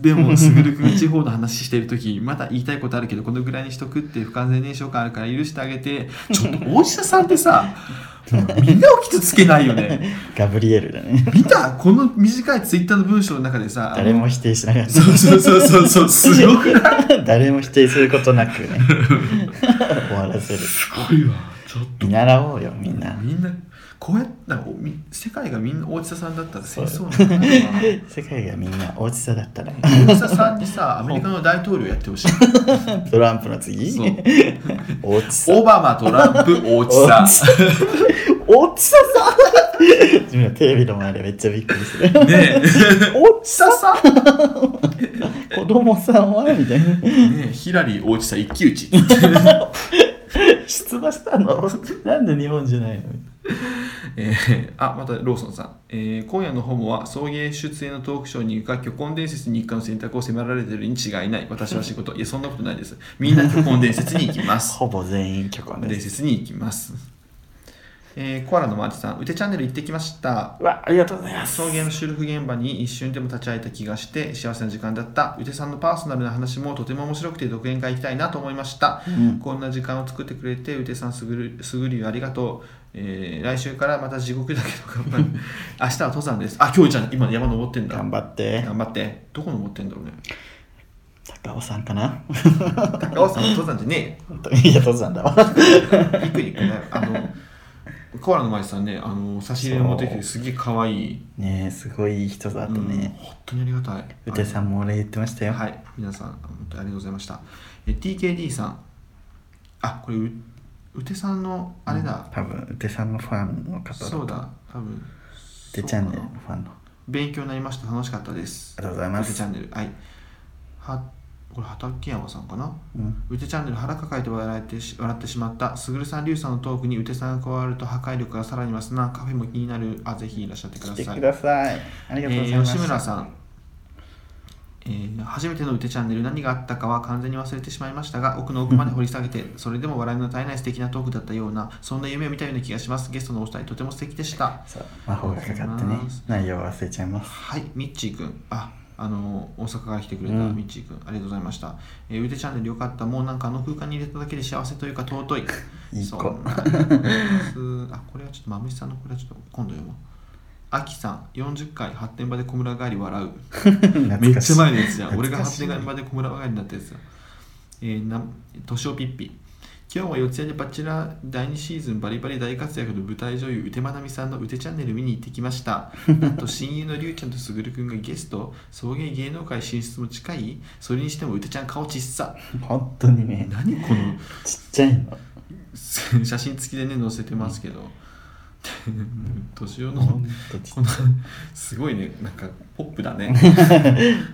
A: でも、すぐるくん地方の話してるとき、まだ言いたいことあるけど、このぐらいにしとくって不完全燃焼感あるから許してあげて、ちょっと大地田さんってさ、みんなを傷つけないよね。
B: ガブリエルだね
A: 見たこの短いツイッターの文章の中でさ、
B: 誰も否定しなかっ
A: そうそうそうそうそう、すごくない
B: た誰も否定することな くね終わらせる
A: すごいわ。ちょっ
B: 見習おうよみんな
A: みんなこうやってなんかおみ世界がみんな大地田さんだったら戦争なんだな
B: 世界がみんな大地さだったら
A: 大地田さんにさアメリカの大統領やってほしい
B: トランプの次
A: そう
B: 大地さ
A: オバマトランプ大地
B: 大
A: 田
B: 地さ大地ささん 自分のテレビの前でめっちゃびっくりする
A: ねえ
B: 大地
A: 大地田さん
B: 子供さんはみたいな
A: ねえヒラリー大地田一騎打ち
B: 出馬したのなんで日本じゃないの
A: えーあまたローソンさん、えー今夜のホモは送迎出演のトークショーに行くか虚婚伝説に行くかの選択を迫られてるに違いない私は仕事いやそんなことないですみんな虚婚伝説に行きます
B: ほぼ全員虚婚で
A: 伝
B: す
A: 説に行きます、えーコアラのマーチさん「うてチャンネル行ってきました」
B: うわありがとうございます
A: 送迎の収録現場に一瞬でも立ち会えた気がして幸せな時間だった宇手さんのパーソナルな話もとても面白くて独演会行きたいなと思いました、こんな時間を作ってくれて宇手さんすぐるすぐりゅうありがとう、えー来週からまた地獄だけど頑張る明日は登山ですあ今日ちゃん今山登ってんだ
B: 頑張って
A: 頑張ってどこ登ってんだろうね
B: 高尾さんかな
A: 高尾山の登山じゃね
B: いや登山 だわ
A: えよピクニックねあのコアラの前さんねあの差し入れ持ってきてすげえ可愛い
B: ねえすごいいい人だと
A: うん
B: ね
A: 本当にありがたい
B: 宇手さんもお礼言ってましたよ
A: はい、皆さん、本当にありがとうございました。ええ TKD さんあこれううてさんのあれだ、
B: 多分、うてさんのファンの方だ
A: そうだ多分
B: うてチャンネルのファンの。
A: 勉強になりました楽しかったです
B: ありがとうございます
A: うてチャンネルはいはこれ畠山さんかな
B: うん。
A: うてチャンネル腹抱えて笑えてし笑ってしまったすぐるさんりゅうさんのトークにうてさんが加わると破壊力がさらに増すなカフェも気になるあぜひいらっしゃってくだ
B: 来
A: さ
B: て
A: い
B: ください。ありがとうございます。
A: えー吉村さん、えー初めてのうてチャンネル何があったかは完全に忘れてしまいましたが奥の奥まで掘り下げて それでも笑いの絶えない素敵なトークだったようなそんな夢を見たような気がしますゲストのお二人とても素敵でした
B: そう魔法がかかって
A: ありがとうござい
B: ね
A: ます
B: 内容忘れちゃいます
A: はいミッチーくんああのー大阪から来てくれた
B: うん
A: ミッチーくん、ありがとうございました、えー、うてチャンネルよかったもうなんかあの空間に入れただけで幸せというか尊い
B: いい
A: そ
B: 子
A: うなんあこれはちょっとまむしさんのこれはちょっと今度読もうあきさん40回発展場で小村帰り笑うめっちゃ前のやつじゃん。俺が発
B: 発
A: 展
B: が
A: 場で小村帰りになったやつだ。えー、な、年をピッピ。今日は四谷でバチェラー第2シーズンバリバリ大活躍の舞台女優うてまなみさんのうてチャンネル見に行ってきま した。なんと親友のりゅうちゃんとすぐるくんがゲスト、送迎芸能界進出も近い、それにしてもうてちゃん顔ちっさ。
B: 本当にね
A: 何この
B: ちっちゃいの
A: 写真付きでね載せてますけど 年をの
B: 本当ちっち
A: このすごいねなんかポップだ ね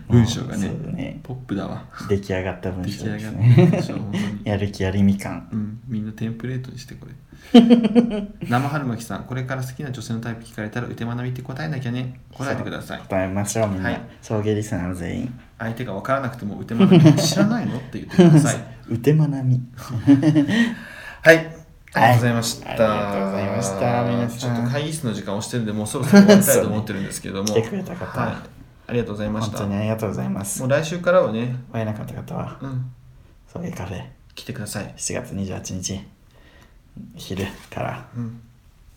A: 文章がね
B: そうだね
A: ポップだわ
B: ゃい出来上がった文
A: 出
B: 章
A: 来上がっ
B: です
A: た
B: ね
A: 文章本当に
B: やる気ありみ感
A: うん、みんなテンプレートにして これ生春巻きさんこれから好きな女性のタイプ聞かれたらうてまなみって答えなきゃね答えてください
B: 答えましょうみん
A: は
B: ない送迎リスナー全員
A: 相手が分からなくてもうてまなみって知らないのって言ってください
B: うてまなみ
A: はいありがとうございました、
B: はいありがとうございました皆さん
A: ちょっと会議室の時間をしてるんでもうそろそろ終わりたいと思ってるんですけども、
B: そうね来てくれた方
A: はい、ありがとうございまし
B: 本
A: た
B: 当に
A: も
B: ありがとうございます
A: う
B: 会
A: 来週からはね、
B: えなかった方は
A: うん、
B: 送迎カフェ
A: 来てください、
B: 7月28日昼から
A: うん、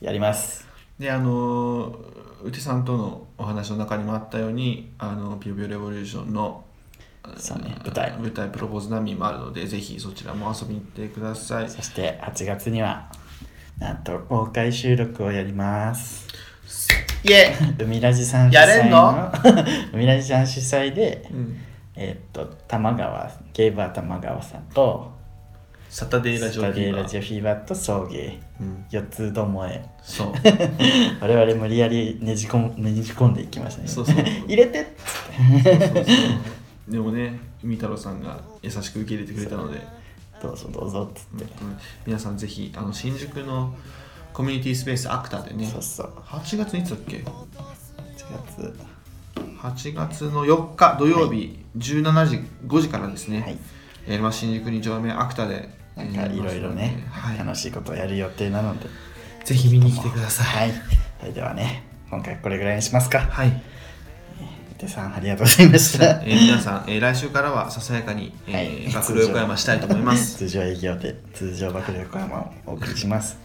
B: やります
A: であのーうてさんとのお話の中にもあったようにあのピヨピヨレボリューションの
B: そうね舞台
A: 舞台プロポーズ難民もあるのでぜひそちらも遊びに行ってください
B: そして8月にはなんと公開収録をやります
A: イエ
B: 海ラジさん主
A: やれ
B: 催
A: ん
B: の
A: の
B: 海ラジさん主催で
A: イ、うん、
B: えーっと玉川ゲイバー玉川さんと
A: サタデーラ
B: ス
A: ジオ
B: タ
A: フィ
B: デ
A: ー
B: ー
A: バ
B: ラジ
A: ー
B: オフィーバーと送迎
A: うん
B: 四つどもえ
A: そう
B: 我々無理やりねじこむねじ込んでいきましたね
A: そうそう
B: 入れてっつっ
A: そう そうそうでもね海太郎さんが優しく受け入れてくれたので、
B: てどうぞどうぞっつって、
A: うん皆さんぜひあの新宿のコミュニティスペースアクターでね
B: そうそう
A: 8月いつだっけ
B: 8月
A: 8月の4日土曜日17時5時からですね、
B: はい
A: えーまあ、新宿2丁目アクタで
B: なんかいろいろね、
A: はい、
B: 楽しいことをやる予定なので
A: ぜひ見に来てください
B: はい、はい、ではね今回これぐらいにしますか
A: はい、
B: 伊手さんありがとうございました
A: えー皆さん、えー来週からはささやかに、えー暴露横山したいと思います
B: 通常営業で通常暴露横山をお送りします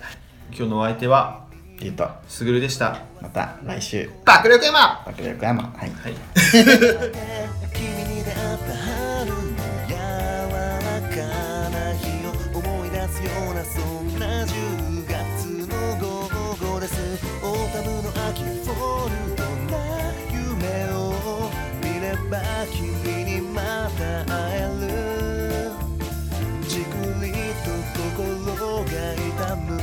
A: 今日のお相手は
B: リュウと
A: すぐるでした
B: また来週
A: 爆力山
B: 暴露横山はい
A: はい
G: 君に出会った春の柔らかな日を思い出すようなそんな10月の午後ですオータムの秋フォルトな夢を見れば君にまた会えるじくりと心が痛む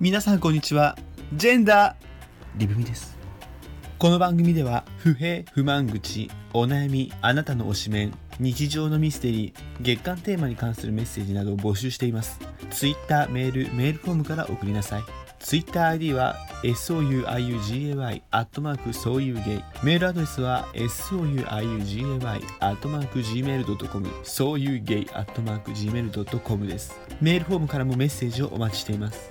H: 皆さんこんにちはジェンダーリブミですこの番組では不平不満口お悩みあなたの推しメン日常のミステリー月間テーマに関するメッセージなどを募集していますツイッターメールメールフォームから送りなさいツイッター ID は souiugay アットマークそういうゲイメールアドレスは souiugay アットマーク gmail.com そういうゲイアットマーク gmail.com ですメールフォームからもメッセージをお待ちしています